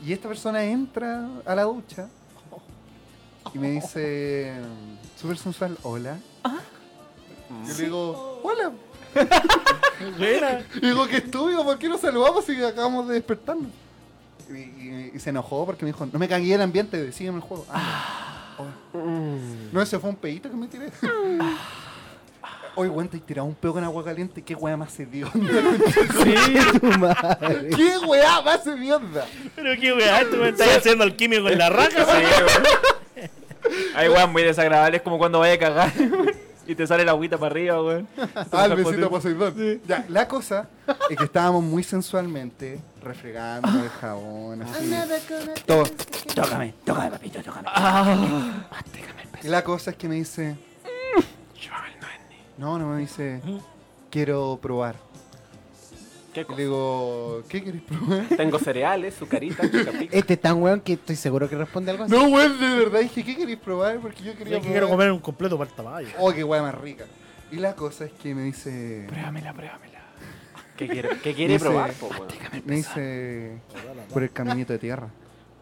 Speaker 4: Y esta persona entra a la ducha y me dice, súper sensual, hola. Yo le digo, hola.
Speaker 1: Buena.
Speaker 4: Y digo, qué estúpido, ¿por qué nos saludamos si acabamos de despertarnos? Y, y- y se enojó porque me dijo, no me cagué el ambiente, sígueme el juego. Ah, Ah. oh. No, ese fue un pedito que me tiré. Oye, weón, te he tirado un pedo con agua caliente. ¿Qué weá más se dio? *laughs* ¿Qué weá más se mierda?
Speaker 1: Pero qué weá, tú me estás haciendo alquimio con la raja.
Speaker 6: Ay, weón, muy desagradable. Es como cuando vaya a cagar y te sale la agüita para arriba, weón.
Speaker 4: Ah, el besito Poseidón. Ya, la cosa es que estábamos muy sensualmente refregando el jabón. Así. Todo. Tócame, tócame, papito, tócame. Ah.
Speaker 1: Ah,
Speaker 4: Y la cosa es que me dice. No, no me dice. Quiero probar.
Speaker 5: ¿Qué
Speaker 4: Y
Speaker 5: cosa?
Speaker 4: le digo, ¿qué querés probar?
Speaker 5: Tengo cereales, sucaritas,
Speaker 4: Eh,
Speaker 5: chucapic.
Speaker 3: Este es tan weón que estoy seguro que responde algo así.
Speaker 4: No, weón, de verdad dije, ¿qué querés probar? Porque yo quería
Speaker 1: Yo
Speaker 4: probar.
Speaker 1: quiero comer un completo para el tamaño.
Speaker 4: Oh, qué weá más rica. Y la cosa es que me dice.
Speaker 5: Pruébamela, pruébamela. ¿Qué quiere, qué quiere
Speaker 4: Dice-
Speaker 5: probar, po, weón?
Speaker 4: Me dice. Por el caminito de tierra.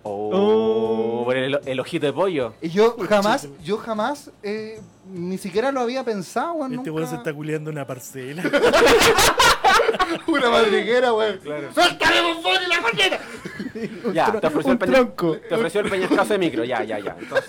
Speaker 5: Oh, por el, el ojito de pollo.
Speaker 4: Y yo jamás, yo jamás, eh, ni siquiera lo había pensado, weón.
Speaker 1: Este weón
Speaker 4: nunca.
Speaker 1: se está
Speaker 4: *laughs*
Speaker 1: culeando una *laughs* parcela.
Speaker 4: Una madriguera, weón.
Speaker 2: ¡Suéltame, bombón y la corneta!
Speaker 5: Ya, te ofreció el
Speaker 4: Un
Speaker 5: peña-
Speaker 4: tronco.
Speaker 5: Te ofreció el peñascazo de micro, ya, ya, ya. Entonces,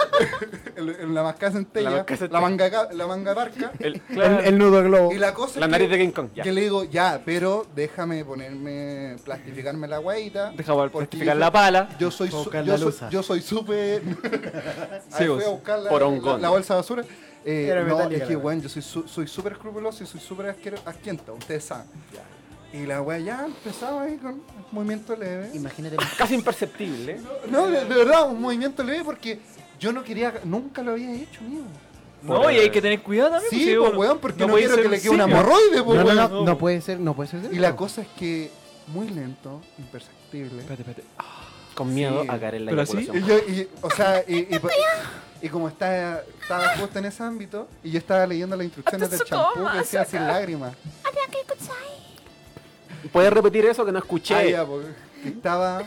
Speaker 4: El- el- la mascada centella,
Speaker 5: La
Speaker 4: la,
Speaker 5: mascada centella.
Speaker 4: manga, ca- la manga
Speaker 5: *laughs*
Speaker 4: parca.
Speaker 5: el-
Speaker 3: El, el nudo globo.
Speaker 4: Y la cosa
Speaker 5: la
Speaker 4: es
Speaker 5: nariz
Speaker 4: que,
Speaker 5: de King Kong, ya.
Speaker 4: que le digo, ya, pero déjame ponerme, plastificarme la guaita.
Speaker 6: Dejaba
Speaker 4: porque
Speaker 6: practicar
Speaker 4: yo-
Speaker 6: la pala.
Speaker 4: Yo
Speaker 1: Voy
Speaker 4: soy,
Speaker 1: a
Speaker 4: su-
Speaker 1: buscar
Speaker 4: yo,
Speaker 1: la
Speaker 4: soy,
Speaker 1: losa.
Speaker 4: yo soy súper. *laughs*
Speaker 5: Sí,
Speaker 4: Ahí fui
Speaker 5: vos.
Speaker 4: a buscar la,
Speaker 5: Orongón.
Speaker 4: la- la bolsa de basura. Eh,
Speaker 3: Era
Speaker 4: no,
Speaker 3: metálica,
Speaker 4: es que,
Speaker 3: la
Speaker 4: weón, yo soy su- soy súper escrupuloso y soy súper asquero- asquiento, ustedes saben. Y la wea ya empezaba ahí con un movimiento leve.
Speaker 3: *laughs* Imagínate.
Speaker 5: Casi imperceptible. ¿eh?
Speaker 4: No, de, de verdad, un movimiento leve porque yo no quería, nunca lo había hecho, mío.
Speaker 6: No, y hay que tener cuidado también.
Speaker 4: Sí,
Speaker 6: si
Speaker 4: pues,
Speaker 6: uno-
Speaker 4: weón, porque no,
Speaker 6: puede
Speaker 4: quiero
Speaker 6: ser
Speaker 4: que le quede un
Speaker 6: simio.
Speaker 4: hemorroide, pues,
Speaker 3: No, no,
Speaker 4: weón.
Speaker 3: no, no puede ser, no puede ser.
Speaker 4: Y la cosa es que, muy lento, imperceptible.
Speaker 6: Espérate, espérate.
Speaker 5: Con miedo
Speaker 4: Sí.
Speaker 5: a caer en la
Speaker 6: Pero así,
Speaker 5: eyaculación.
Speaker 4: Y yo, y- o sea, y, y, y como estaba, estaba justo en ese ámbito, y yo estaba leyendo las instrucciones del champú que decía sin lágrimas.
Speaker 5: ¿Puedes repetir eso que no
Speaker 4: Ah,
Speaker 5: escuché?
Speaker 4: ya, porque estaba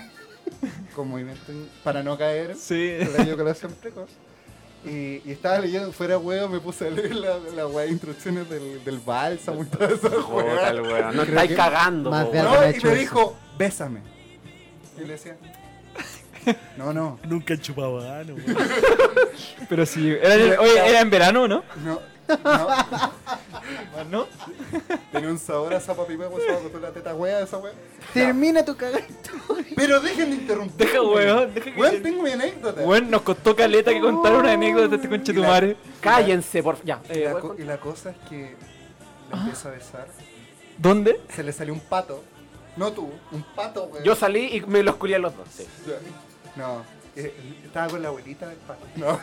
Speaker 4: con movimiento in- para no caer
Speaker 6: Sí.
Speaker 4: en la eyaculación precoz. Y, y estaba leyendo fuera huevo, me puse a leer la, la weá de instrucciones del, del bálsamo y todas esas
Speaker 5: Puta,
Speaker 4: weas.
Speaker 5: el weón, No
Speaker 4: Creo
Speaker 5: estáis
Speaker 4: que-
Speaker 5: cagando.
Speaker 3: Más
Speaker 5: po,
Speaker 3: de
Speaker 5: weón.
Speaker 3: algo
Speaker 4: No,
Speaker 3: me ha
Speaker 4: y
Speaker 3: hecho
Speaker 4: me
Speaker 3: eso.
Speaker 4: dijo, bésame. Y le decía, no, no,
Speaker 1: Nunca han chupado ano, *laughs* weón.
Speaker 6: Pero sí. Era, en- oye, era en verano, ¿no?
Speaker 4: no, no.
Speaker 6: ¿No?
Speaker 4: Tenía un sabor a zapapipepo, se me botó la teta wea esa wea.
Speaker 3: Termina tu cagada.
Speaker 4: Pero dejen de interrumpir.
Speaker 6: Deja, weón. Deja que.
Speaker 4: Weón, tengo mi anécdota.
Speaker 6: Weón, nos costó caleta que contar una anécdota de este conchetumare.
Speaker 5: Cállense, por Ya,
Speaker 4: Y
Speaker 5: eh,
Speaker 4: la,
Speaker 5: voy
Speaker 4: co-
Speaker 5: con-
Speaker 4: y la cosa es que lo empiezo a besar. *laughs*
Speaker 6: ¿Dónde?
Speaker 4: Se le salió un pato. No tú, un pato, weón.
Speaker 5: yo salí y me los culié a los dos. sí.
Speaker 4: No. eh, Estaba con la abuelita del pato. No.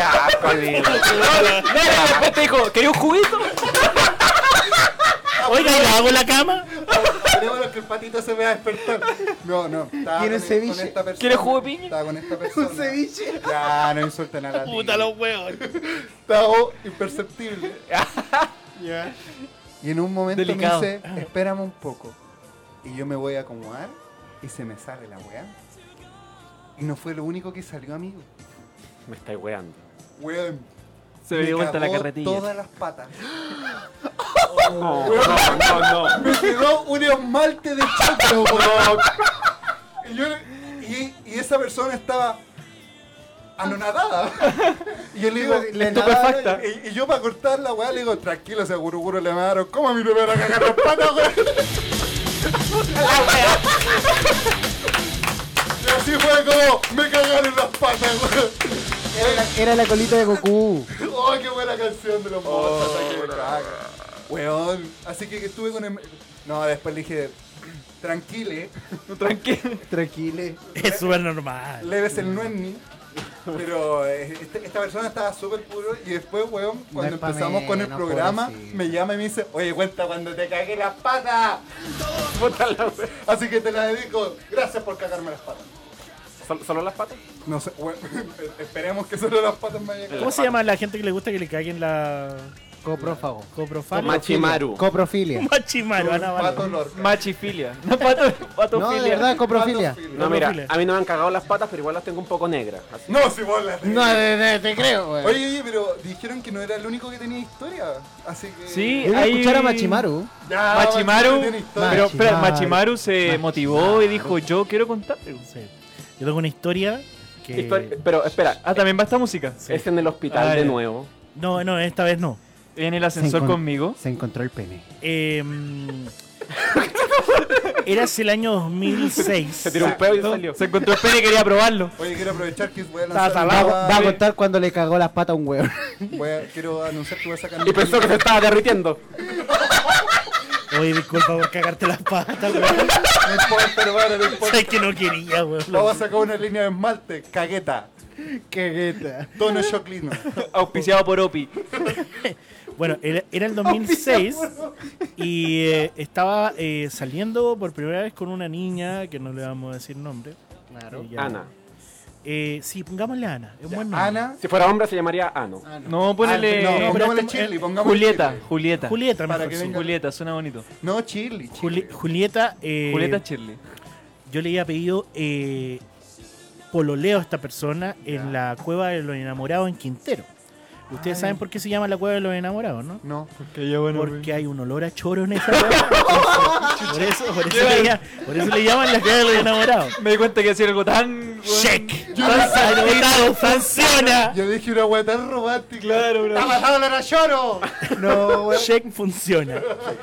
Speaker 4: *laughs*
Speaker 5: asco, amigo.
Speaker 6: Dale, después te dijo, ¿quería un juguito?
Speaker 4: Ah,
Speaker 1: Oiga, ¿y la hago en la cama?
Speaker 4: Tenemos que el patito se me va a despertar. No, no. Estaba
Speaker 3: ¿Quieres
Speaker 4: con,
Speaker 3: ceviche?
Speaker 4: con esta persona.
Speaker 6: ¿Quieres jugo de piña?
Speaker 4: Estaba con esta persona.
Speaker 3: *laughs* Un ceviche.
Speaker 4: Ya, no insultan a la
Speaker 1: Puta los huevos.
Speaker 4: Estaba imperceptible.
Speaker 6: *laughs*
Speaker 4: Ya. Y en un momento
Speaker 6: Delicado.
Speaker 4: me dice, espérame un poco. Y yo me voy a acomodar y se me sale la weá. Y no fue lo único que salió, amigo.
Speaker 5: Me estáis weando.
Speaker 4: Weón.
Speaker 6: Se me dio vuelta la carretilla.
Speaker 4: Todas las patas.
Speaker 5: No, no, no, no.
Speaker 4: Me quedó un esmalte de chato, weón. Y, yo le- y- y esa persona estaba anonadada. Y yo le digo,
Speaker 6: Le- estupefacta.
Speaker 4: Y, y yo para cortar la weá le digo, tranquilo, seguro, guro le mandaron. ¿Cómo a mí no me van a cagar las patas, weón? Y así fue como, me cagaron las patas, weón.
Speaker 3: Era la colita de Goku.
Speaker 4: ¡Oh, qué buena canción de los Mozart! qué crack! Weón, así que, que estuve con el... No, después le dije, tranquile,
Speaker 6: Tranquilo.
Speaker 3: *laughs* Tranquile.
Speaker 1: Es súper normal.
Speaker 4: leves el nuenni. Pero eh, este- esta persona estaba súper puro y después, weón, cuando
Speaker 3: No es pa'
Speaker 4: empezamos con el
Speaker 3: menos,
Speaker 4: programa,
Speaker 3: pobrecito.
Speaker 4: me llama y me dice, oye, cuenta cuando te cagué las patas.
Speaker 5: *laughs* Puta la wea.
Speaker 4: Así que te la dedico, gracias por cagarme las patas.
Speaker 5: ¿Sol- ¿Solo las patas?
Speaker 4: No sé, weón, *laughs* esperemos que solo las patas me hayan cagado.
Speaker 1: ¿Cómo se llama la gente que le gusta que le caguen la
Speaker 3: Coprófago.
Speaker 1: coprofano? *laughs*
Speaker 5: Machimaru.
Speaker 3: Coprofilia.
Speaker 1: Machimaru,
Speaker 4: Un
Speaker 1: ah, no,
Speaker 4: pato
Speaker 1: vale.
Speaker 4: Lorca.
Speaker 6: Machifilia. No, pato,
Speaker 3: No, de
Speaker 6: patofilia.
Speaker 3: verdad, coprofilia.
Speaker 4: Pato
Speaker 5: No, mira, a mí no me han cagado las patas, pero igual las tengo un poco negras. así.
Speaker 4: No, si vos las
Speaker 3: No, de- de- te creo,
Speaker 4: Oye,
Speaker 3: weón.
Speaker 4: oye, pero dijeron que no era el único que tenía historia. Así que.
Speaker 6: Sí,
Speaker 3: Debe
Speaker 6: hay-
Speaker 3: escuchar a Machimaru.
Speaker 4: Ya,
Speaker 6: Machimaru,
Speaker 4: ah, tiene historia.
Speaker 6: pero espera,
Speaker 3: Machimaru.
Speaker 6: Machimaru se
Speaker 3: Machimaru.
Speaker 6: motivó y dijo, yo quiero contarte.
Speaker 1: Sí. Yo tengo una historia que.
Speaker 5: Histori- Pero espera,
Speaker 6: Ah, también va esta música.
Speaker 5: es en el hospital
Speaker 6: Ah,
Speaker 5: de
Speaker 6: ya.
Speaker 5: nuevo.
Speaker 1: No, no, esta vez no.
Speaker 6: En el ascensor
Speaker 3: encon-
Speaker 6: conmigo.
Speaker 3: Se encontró el pene.
Speaker 1: Eh, eras el año 2006.
Speaker 5: Se tiró un pedo y salió.
Speaker 6: Se encontró el pene y quería probarlo.
Speaker 4: Oye, quiero aprovechar que voy a
Speaker 1: Está
Speaker 4: lanzar.
Speaker 1: salado.
Speaker 4: nueva-
Speaker 3: Va a contar cuando le cagó las patas a un weón.
Speaker 4: voy a- quiero anunciar que voy a sacar.
Speaker 5: Y pensó que se estaba derritiendo.
Speaker 1: Oye, disculpa por cagarte las patas, weón.
Speaker 4: No importa, hermano,
Speaker 1: *laughs*
Speaker 4: no importa.
Speaker 1: Sabes que no quería, weón.
Speaker 4: Vamos a sacar una línea de esmalte. Cagueta.
Speaker 3: Cagueta.
Speaker 4: Tono choclino.
Speaker 6: Auspiciado por Opi.
Speaker 1: Bueno, era, era
Speaker 4: *laughs*
Speaker 1: el 2006 y eh, estaba eh, saliendo por primera vez con una niña que no le vamos a decir nombre.
Speaker 3: Claro.
Speaker 1: Eh, ya-
Speaker 5: Ana.
Speaker 1: Eh, sí, pongámosle Ana. Es un buen nombre.
Speaker 4: Ana.
Speaker 5: Si fuera hombre se llamaría Ano.
Speaker 4: Ah, no.
Speaker 6: No, ponele.
Speaker 4: no,
Speaker 1: pero
Speaker 4: pongámosle
Speaker 1: este-
Speaker 4: Shirley,
Speaker 1: eh,
Speaker 4: pongámosle
Speaker 6: Julieta,
Speaker 4: Shirley.
Speaker 6: Julieta.
Speaker 1: Julieta,
Speaker 4: Para
Speaker 1: mejor,
Speaker 4: que
Speaker 1: sí.
Speaker 4: venga-
Speaker 6: Julieta, suena bonito.
Speaker 4: No, Shirley.
Speaker 1: Juli- Julieta, eh,
Speaker 6: Julieta Shirley.
Speaker 1: yo le había pedido eh, pololeo a esta persona en la cueva de los enamorados en Quintero. Ustedes saben por qué se llama la cueva de los enamorados, ¿no?
Speaker 4: No.
Speaker 1: Porque hay un olor a choro en
Speaker 4: *laughs*
Speaker 1: esa cueva. por, eso, por, eso le, llaman- por eso le llaman la cueva de los enamorados.
Speaker 6: Me di cuenta que hacía algo tan.
Speaker 1: ¡Check!
Speaker 4: Yo, dije-
Speaker 1: ¡Saludos, funciona!
Speaker 4: yo dije una weá tan romántica.
Speaker 6: Claro, bro.
Speaker 4: ¡Está pasado la lloro! No, *laughs* weón.
Speaker 1: ¡Check funciona!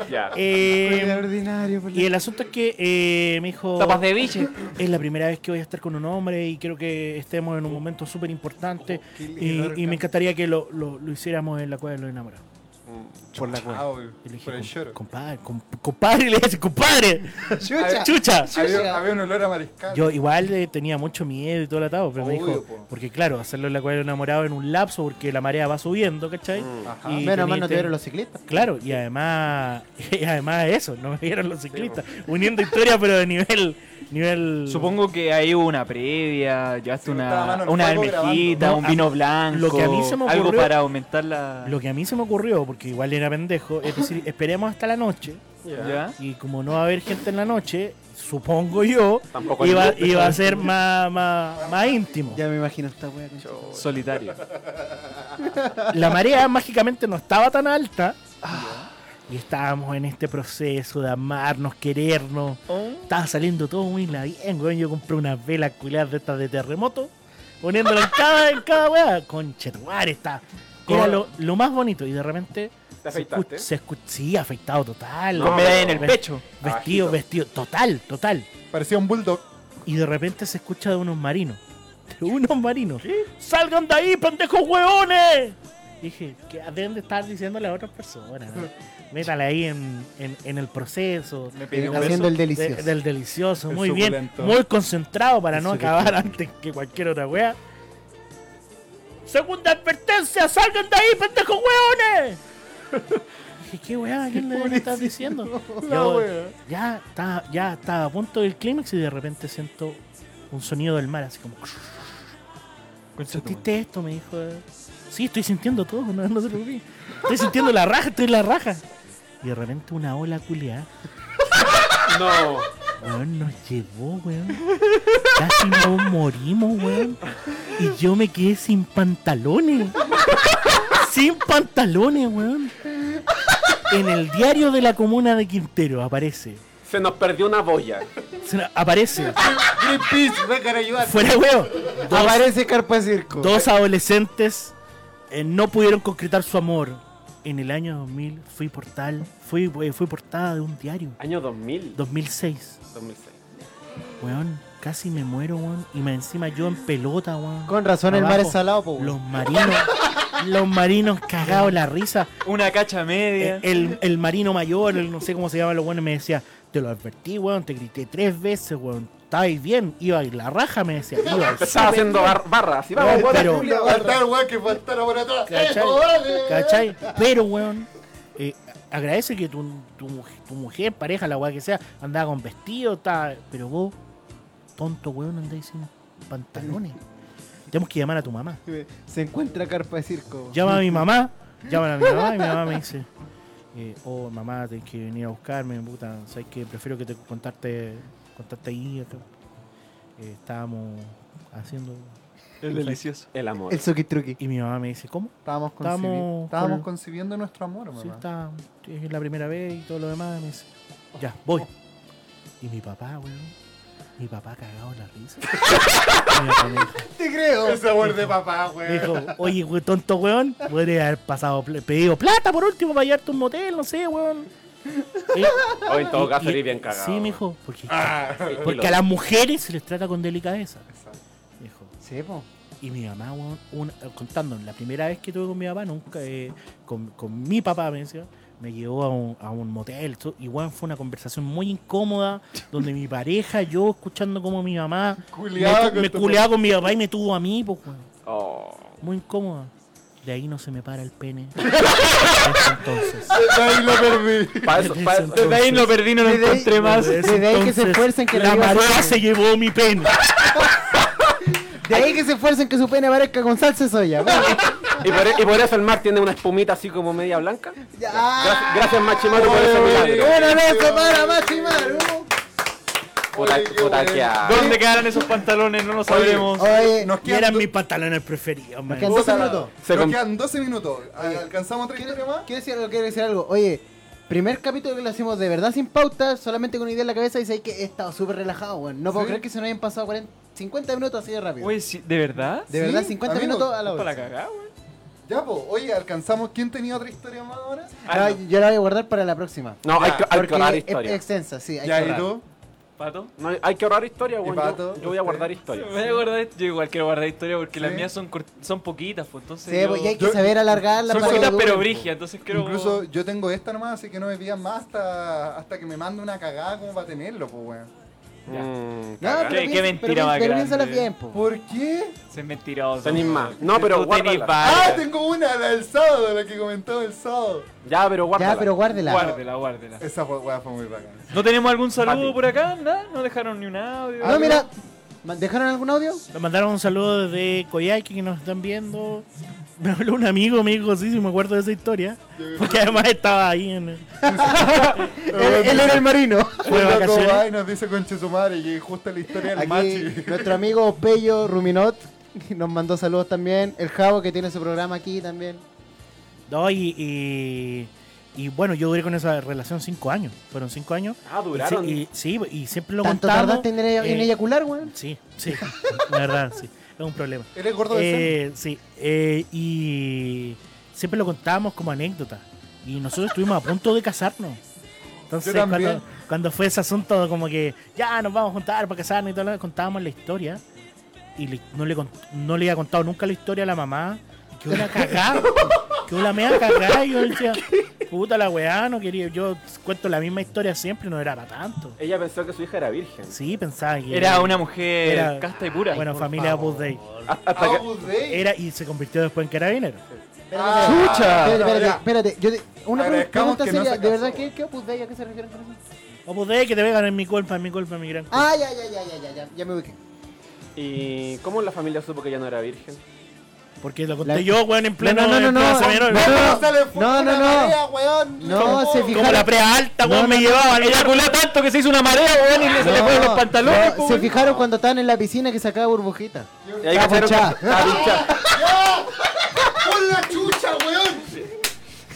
Speaker 5: Ya.
Speaker 1: Eh,
Speaker 3: ordinario, por
Speaker 1: y el asunto es que eh, me dijo...
Speaker 6: Tapas de biche.
Speaker 1: es la primera vez que voy a estar con un hombre y creo que estemos en un momento súper importante
Speaker 4: Oh, Qué
Speaker 1: y,
Speaker 4: lindo,
Speaker 1: y me encantaría que lo, lo- lo hiciéramos en la cueva de los enamorados.
Speaker 4: Por la weá.
Speaker 1: Y le dije,
Speaker 4: Ah, Por el
Speaker 1: "Com-
Speaker 4: lloro.
Speaker 1: compadre, com- compadre, le dije, compadre,
Speaker 3: *laughs* Chucha.
Speaker 4: *laughs*
Speaker 1: chucha.
Speaker 4: Había, había un olor a mariscal.
Speaker 1: Yo igual eh, tenía mucho miedo y todo el atado, pero me
Speaker 4: Obvio,
Speaker 1: dijo,
Speaker 4: po.
Speaker 1: porque claro, hacerlo en la cueva de los enamorados en un lapso porque la marea va subiendo, ¿cachai?
Speaker 4: Ajá.
Speaker 1: Y
Speaker 3: Menos
Speaker 1: tenía- este
Speaker 3: mal no te vieron los ciclistas.
Speaker 1: Claro, y además, *laughs* y además eso, no *laughs* me vieron los ciclistas,
Speaker 5: *laughs*
Speaker 1: uniendo historias pero de nivel, nivel...
Speaker 6: Supongo que ahí hubo una previa, llevaste
Speaker 4: Sí, estaba
Speaker 6: una,
Speaker 4: mano en
Speaker 6: una
Speaker 4: fuego
Speaker 6: almejita,
Speaker 1: grabando.
Speaker 6: un
Speaker 1: No, a-
Speaker 6: vino blanco,
Speaker 1: lo que a mí se me
Speaker 6: algo
Speaker 1: ocurrió-
Speaker 6: para aumentar la...
Speaker 1: Lo que a mí se me ocurrió, porque igual era pendejo, es
Speaker 5: *laughs*
Speaker 1: decir, esperemos hasta la noche.
Speaker 5: ¿Ah?
Speaker 6: ¿Ya?
Speaker 1: Y como no va a haber gente en la noche, supongo yo,
Speaker 5: Tampoco hay
Speaker 1: iba,
Speaker 5: luz,
Speaker 1: iba a
Speaker 5: *laughs*
Speaker 1: ser más, más, más íntimo.
Speaker 3: Ya me imagino esta wea. concha.
Speaker 6: Solitario.
Speaker 1: La
Speaker 6: *laughs*
Speaker 1: marea mágicamente no estaba tan alta.
Speaker 6: Ah.
Speaker 1: Y estábamos en este proceso de amarnos, querernos.
Speaker 6: Oh.
Speaker 1: Estaba saliendo todo muy la bien, weón. Yo compré unas velas culiadas de estas de terremoto, poniéndola en cada, en cada weá. Conche, tu madre, está. Era lo, lo más bonito. Y de repente.
Speaker 5: ¿Te
Speaker 1: se escu-
Speaker 5: afeitaste?
Speaker 1: se escu- sí, afeitado total.
Speaker 5: Con
Speaker 6: medalla en el
Speaker 1: Ve-
Speaker 6: pecho.
Speaker 1: Vestido,
Speaker 5: Abajito.
Speaker 1: vestido, total, total.
Speaker 4: Parecía un bulldog.
Speaker 1: Y de repente se escucha de unos marinos. *laughs* De unos marinos. ¡Salgan de ahí, pendejos hueones! Dije, ¿qué deben de estar diciéndole a otras personas? ¿no? Métale ahí en, en- en el proceso.
Speaker 4: Me pedí un
Speaker 3: Haciendo el
Speaker 1: de-
Speaker 3: delicioso.
Speaker 1: del delicioso,
Speaker 4: El
Speaker 1: muy bien,
Speaker 4: suculento.
Speaker 1: muy concentrado para no
Speaker 4: El
Speaker 1: acabar antes que cualquier otra wea. Segunda advertencia, salgan de ahí, pendejos
Speaker 4: *laughs*
Speaker 1: hueones. Dije, ¿qué wea? ¿Quién le estás diciendo? Yo- ya estaba, ya estaba a punto del clímax y de repente siento un sonido del mar, así como. ¿Sentiste esto? Me dijo. Sí, estoy sintiendo todo, no, no se preocupe. Estoy sintiendo la raja, estoy en la raja. Y de repente una ola culiada
Speaker 5: No.
Speaker 1: Weón, nos llevó, weón. Casi nos morimos, weón. Y yo me quedé sin pantalones. Sin pantalones, weón. En el diario de la comuna de Quintero aparece.
Speaker 5: Se nos perdió una boya.
Speaker 1: Se nos- Aparece.
Speaker 4: Greenpeace, vengan a ayudar.
Speaker 1: Fuera, weón. Dos,
Speaker 3: Aparece Carpa Circo.
Speaker 1: dos adolescentes eh, no pudieron concretar su amor. En el año 2000 fui portal, fui, eh, fui portada de un diario.
Speaker 5: Año 2000.
Speaker 1: 2006.
Speaker 5: 2006.
Speaker 1: Weón, casi me muero, weón. Y más encima yo en pelota, weón.
Speaker 3: Con razón el mar
Speaker 1: Abajo.
Speaker 3: es salado, po.
Speaker 1: Los marinos, los marinos cagados la risa.
Speaker 6: Una cacha media.
Speaker 1: El, el- el marino mayor, el no sé cómo se llama lo bueno, me decía, te lo advertí, weón, te grité tres veces, weón. Estabais bien, iba a la raja, me decía. Iba al
Speaker 5: Estaba
Speaker 1: súper".
Speaker 5: haciendo bar- barras. Y vamos,
Speaker 1: No,
Speaker 5: bola,
Speaker 1: pero-
Speaker 5: Julia,
Speaker 4: Va a
Speaker 5: barra.
Speaker 4: estar weón que va a estar por atrás.
Speaker 1: ¿Cachai?
Speaker 4: ¡Eso, vale!
Speaker 1: ¿Cachai? Pero, weón, eh, agradece que tu, tu muj- tu mujer, pareja, la weá que sea, andaba con vestido, ta, pero vos, tonto, weón, andáis sin pantalones. Tenemos que llamar a tu mamá.
Speaker 3: Se encuentra Carpa Circo.
Speaker 1: Llama a mi mamá, llama a mi mamá y mi mamá me dice, eh, oh mamá, tenés que venir a buscarme, puta, sabes que prefiero que te contarte, contarte ahí acá. Eh, estábamos haciendo
Speaker 6: Es delicioso.
Speaker 5: El amor.
Speaker 3: El Suki Truki.
Speaker 1: y mi mamá me dice, ¿cómo?
Speaker 4: Estábamos, concebi-
Speaker 1: Estamos
Speaker 4: estábamos
Speaker 1: con-
Speaker 4: concibiendo nuestro amor, mamá.
Speaker 1: Sí, está, es la primera vez y todo lo demás, me dice, ya, voy. Y mi papá, weón, mi papá cagado en la
Speaker 4: *laughs*
Speaker 1: risa. Mi papá me dijo-
Speaker 4: Te creo. Ese amor de papá, weón.
Speaker 1: Me dijo, oye, we- tonto weón, podría haber pasado, pl- pedido plata por último para llevarte un motel, no sé, weón. Eh,
Speaker 5: O en todo caso,
Speaker 1: y-
Speaker 5: eres bien cagado.
Speaker 1: Sí, me dijo, porque,
Speaker 5: Y- y
Speaker 1: porque
Speaker 5: lo-
Speaker 1: a las mujeres se les trata con delicadeza. Me dijo.
Speaker 3: Sí, po.
Speaker 1: Y mi mamá, weón, un- contando, la primera vez que tuve con mi papá, nunca, eh, con, con mi papá, me decía, me llevó a un, a un motel. to- Y weón, fue una conversación muy incómoda, donde mi pareja, yo escuchando como mi mamá, me,
Speaker 4: Culeaba
Speaker 1: tu-
Speaker 4: con
Speaker 1: me
Speaker 4: tu
Speaker 1: culeaba con mi papá y me tuvo a mí, pues, weón.
Speaker 5: Oh.
Speaker 1: Muy incómoda. De ahí no se me para el
Speaker 3: *laughs*
Speaker 1: pene. Desde entonces.
Speaker 4: Ahí lo perdí.
Speaker 5: Pa' eso, pa'
Speaker 1: *laughs*
Speaker 5: eso.
Speaker 1: Desde ahí lo
Speaker 6: perdí, no
Speaker 3: lo Desde ahí- encontré más.
Speaker 1: Desde
Speaker 3: Desde ahí que se
Speaker 1: entonces,
Speaker 3: esfuercen que
Speaker 1: la
Speaker 3: le digas-
Speaker 1: marea se llevó mi pene.
Speaker 3: De ahí que se esfuercen que su pene aparezca con salsa de soya. Bueno,
Speaker 5: Y por, y por eso el mar tiene una espumita así como media blanca. Gracias,
Speaker 3: ya.
Speaker 5: gracias Machimaru por ese milagro.
Speaker 3: Una vez para Machimaru.
Speaker 5: Puta,
Speaker 4: Oye, qué
Speaker 5: puta
Speaker 4: bueno.
Speaker 5: que a-
Speaker 6: ¿Dónde quedarán esos pantalones? No lo sabremos.
Speaker 3: Oye,
Speaker 4: Nos
Speaker 1: Y eran
Speaker 4: do-
Speaker 1: mis pantalones preferidos, man.
Speaker 3: quedan- 12 minutos.
Speaker 5: Se
Speaker 4: Nos
Speaker 5: com-
Speaker 4: quedan 12 minutos. Ah, ¿Alcanzamos otra historia más?
Speaker 3: quiero decir algo, quiero decir algo. Oye, primer capítulo que lo hacemos de verdad sin pauta, solamente con una idea en la cabeza y sé que he estado súper relajado, weón. No puedo
Speaker 4: Sí.
Speaker 3: creer que se nos hayan pasado 40, 50 minutos así de rápido.
Speaker 6: Oye, sí, ¿de verdad?
Speaker 3: de
Speaker 4: sí,
Speaker 3: verdad, 50
Speaker 4: amigo,
Speaker 3: minutos a la
Speaker 6: Para la
Speaker 3: hora.
Speaker 6: cagada, güey.
Speaker 4: Ya, pues. Oye, ¿alcanzamos? ¿Quién tenía otra historia más ahora?
Speaker 6: Ah, no.
Speaker 3: yo la voy a guardar para la próxima.
Speaker 5: No, hay que, hay que
Speaker 3: Porque
Speaker 5: ahorrar
Speaker 3: es- es
Speaker 5: historia.
Speaker 3: extensa, sí. Hay
Speaker 4: Ya,
Speaker 3: que
Speaker 4: ¿y
Speaker 3: ahorrar.
Speaker 4: tú?
Speaker 6: ¿Pato?
Speaker 5: No, hay que ahorrar historia, weón. Yo-
Speaker 4: Pato,
Speaker 5: Yo, voy
Speaker 4: usted.
Speaker 5: a guardar
Speaker 6: Me
Speaker 5: historia.
Speaker 6: voy a guardar- yo igual quiero guardar historia porque las
Speaker 4: Sí.
Speaker 6: mías son, cort- son poquitas, pues entonces.
Speaker 3: Sí,
Speaker 6: yo-
Speaker 3: pues, y hay que
Speaker 4: yo-
Speaker 3: saber alargarla.
Speaker 6: son
Speaker 3: para pues. que
Speaker 6: poquitas
Speaker 3: dure,
Speaker 6: pero
Speaker 3: po.
Speaker 6: brigia, entonces quiero.
Speaker 4: Incluso yo tengo esta nomás, así que no me pidan más hasta, hasta que me mande una cagada como para tenerlo, pues, weón.
Speaker 6: Ya.
Speaker 5: *laughs* Mm,
Speaker 3: No,
Speaker 5: cagar.
Speaker 3: pero
Speaker 6: Qué- qué
Speaker 3: piensa-
Speaker 6: mentira
Speaker 3: pero,
Speaker 6: más
Speaker 3: pero
Speaker 6: grande.
Speaker 3: piénsala bien, po.
Speaker 4: ¿Por qué?
Speaker 6: Se es mentiroso.
Speaker 5: Tenís
Speaker 6: güey.
Speaker 5: más. No, pero
Speaker 6: Tú tenís
Speaker 5: guárdala.
Speaker 6: varias.
Speaker 4: Ah, tengo una, la del sábado, la que comentó el sábado.
Speaker 5: Ya, pero guárdala.
Speaker 3: Ya, pero guárdela.
Speaker 6: Guárdela, guárdela.
Speaker 4: Esa fue, weá, fue muy bacana.
Speaker 6: ¿No tenemos algún saludo
Speaker 5: Papi.
Speaker 6: por acá? ¿Nada? ¿No dejaron ni un audio?
Speaker 3: No, Ah, mira. ¿ma- ¿Dejaron algún audio?
Speaker 1: Nos mandaron un saludo desde Coyhaique que nos están viendo. Me habló un amigo, me dijo, sí, sí, me acuerdo de esa
Speaker 3: *laughs*
Speaker 1: historia. Porque además estaba ahí en...
Speaker 4: Eh,
Speaker 3: él, él era el marino.
Speaker 1: Fue de
Speaker 4: Loco,
Speaker 1: vacaciones.
Speaker 4: va y nos dice conche su madre y justo la historia del
Speaker 3: Aquí,
Speaker 4: machi.
Speaker 3: nuestro amigo Pello Ruminot nos mandó saludos también. El Javo que tiene su programa aquí también.
Speaker 1: No, y, y- y bueno, yo duré con esa relación cinco años. Fueron cinco años.
Speaker 5: Ah,
Speaker 1: Y
Speaker 5: duraron.
Speaker 1: sí, Y, sí, y siempre lo
Speaker 3: ¿Tanto
Speaker 1: contamos.
Speaker 3: tardaste en, e- en
Speaker 1: eh,
Speaker 3: eyacular, weón?
Speaker 1: Sí, sí, la verdad, sí. Es un problema.
Speaker 4: Eres gordo de sangre.
Speaker 1: Eh, sí, eh, y siempre lo contábamos como anécdota. Y nosotros estuvimos a punto de casarnos. Entonces,
Speaker 4: Yo también.
Speaker 1: cuando, cuando fue ese asunto, como que ya nos vamos a juntar para casarnos y todo, lo- contábamos la historia. Y le- no, le, cont- no le había contado nunca la historia a la mamá. Que una
Speaker 4: *laughs*
Speaker 1: cagada. que una mea cagada. Y yo decía, puta la weá, no quería. Yo cuento la misma historia siempre, no era para tanto.
Speaker 5: Ella pensó que su hija era virgen.
Speaker 1: Sí, pensaba que.
Speaker 6: Era una mujer
Speaker 1: Era-
Speaker 6: casta y pura.
Speaker 1: Bueno, familia Opus Dei.
Speaker 5: Hasta, hasta que...
Speaker 4: Abu Dhabi.
Speaker 3: Eh,
Speaker 1: Era y se convirtió después en carabinero.
Speaker 4: Ah,
Speaker 3: Espérate, espérate,
Speaker 4: ya.
Speaker 3: espérate. Yo te- una pre-
Speaker 4: Agradezcamos
Speaker 3: pregunta
Speaker 4: que no
Speaker 3: seria.
Speaker 4: se
Speaker 3: ¿De
Speaker 4: casó.
Speaker 3: verdad qué, qué Opus Dei? ¿A qué se refieren con eso?
Speaker 1: Opus Dei, que te vegan en mi culpa, en mi culpa, en mi gran culpa.
Speaker 3: Ah, ya, ya, ya, ya, ya, ya, ya me ubiqué.
Speaker 5: ¿Y cómo la familia supo que ella no era virgen?
Speaker 1: Porque lo conté
Speaker 3: La-
Speaker 1: yo, weón, en pleno.
Speaker 3: no, no,
Speaker 1: en
Speaker 3: no,
Speaker 1: pleno
Speaker 3: no,
Speaker 1: seminario.
Speaker 3: no,
Speaker 4: Pero sale
Speaker 3: no,
Speaker 4: fuera
Speaker 3: no,
Speaker 4: una
Speaker 3: no.
Speaker 4: marea, weón.
Speaker 3: No, se
Speaker 4: fijó.
Speaker 3: fija-
Speaker 1: Como la prea alta,
Speaker 3: No,
Speaker 1: weón, me
Speaker 3: no,
Speaker 1: llevaba.
Speaker 6: Ella culó tanto que se hizo una marea, weón, y le- se le
Speaker 3: No,
Speaker 6: fueron los pantalones.
Speaker 3: no,
Speaker 6: po,
Speaker 3: se
Speaker 6: weón.
Speaker 3: fijaron cuando estaban en la piscina que sacaba burbujita.
Speaker 5: Y ahí cacharon que Ah,
Speaker 3: Capuchá.
Speaker 5: estaba pinchada.
Speaker 4: ¡Pon la chucha, weón!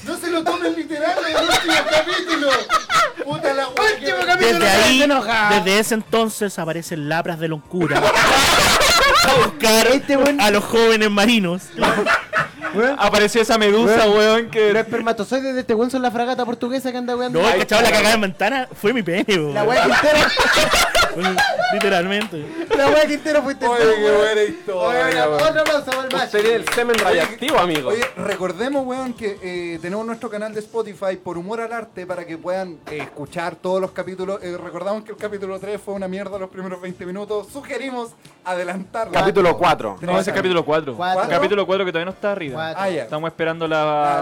Speaker 4: No se lo tomen literal en el último capítulo. Puta la weón.
Speaker 1: Desde ahí, desde ese entonces aparecen labras de
Speaker 3: *laughs*
Speaker 1: loncura. a buscar
Speaker 3: Este weón-
Speaker 1: a los jóvenes marinos.
Speaker 6: Apareció esa medusa, weón,
Speaker 3: Los
Speaker 6: que.
Speaker 3: espermatozoides de este weón son la fragata portuguesa que anda weando.
Speaker 1: No, el cachado la cagada de Montana fue mi pene, weón.
Speaker 3: La weá Quintero,
Speaker 1: Weón, Literalmente.
Speaker 3: la weá Quintero fuiste tú,
Speaker 4: Oye, qué
Speaker 3: weón.
Speaker 4: buena
Speaker 3: Oye,
Speaker 4: historia, weón.
Speaker 3: Otro aplauso para el macho.
Speaker 5: Usted es el semen radiactivo, amigo.
Speaker 4: Oye, recordemos, weón, que eh, tenemos nuestro canal de Spotify por Humor al Arte para que puedan eh, escuchar todos los capítulos. Eh, recordamos que el capítulo 3 fue una mierda los primeros 20 minutos. Sugerimos adelantarlo.
Speaker 5: Capítulo 4.
Speaker 6: No, ese es capítulo 4.
Speaker 3: Cuatro.
Speaker 6: Capítulo 4 que todavía no está arriba.
Speaker 3: Cuatro.
Speaker 4: Ah, ya.
Speaker 6: Estamos esperando la,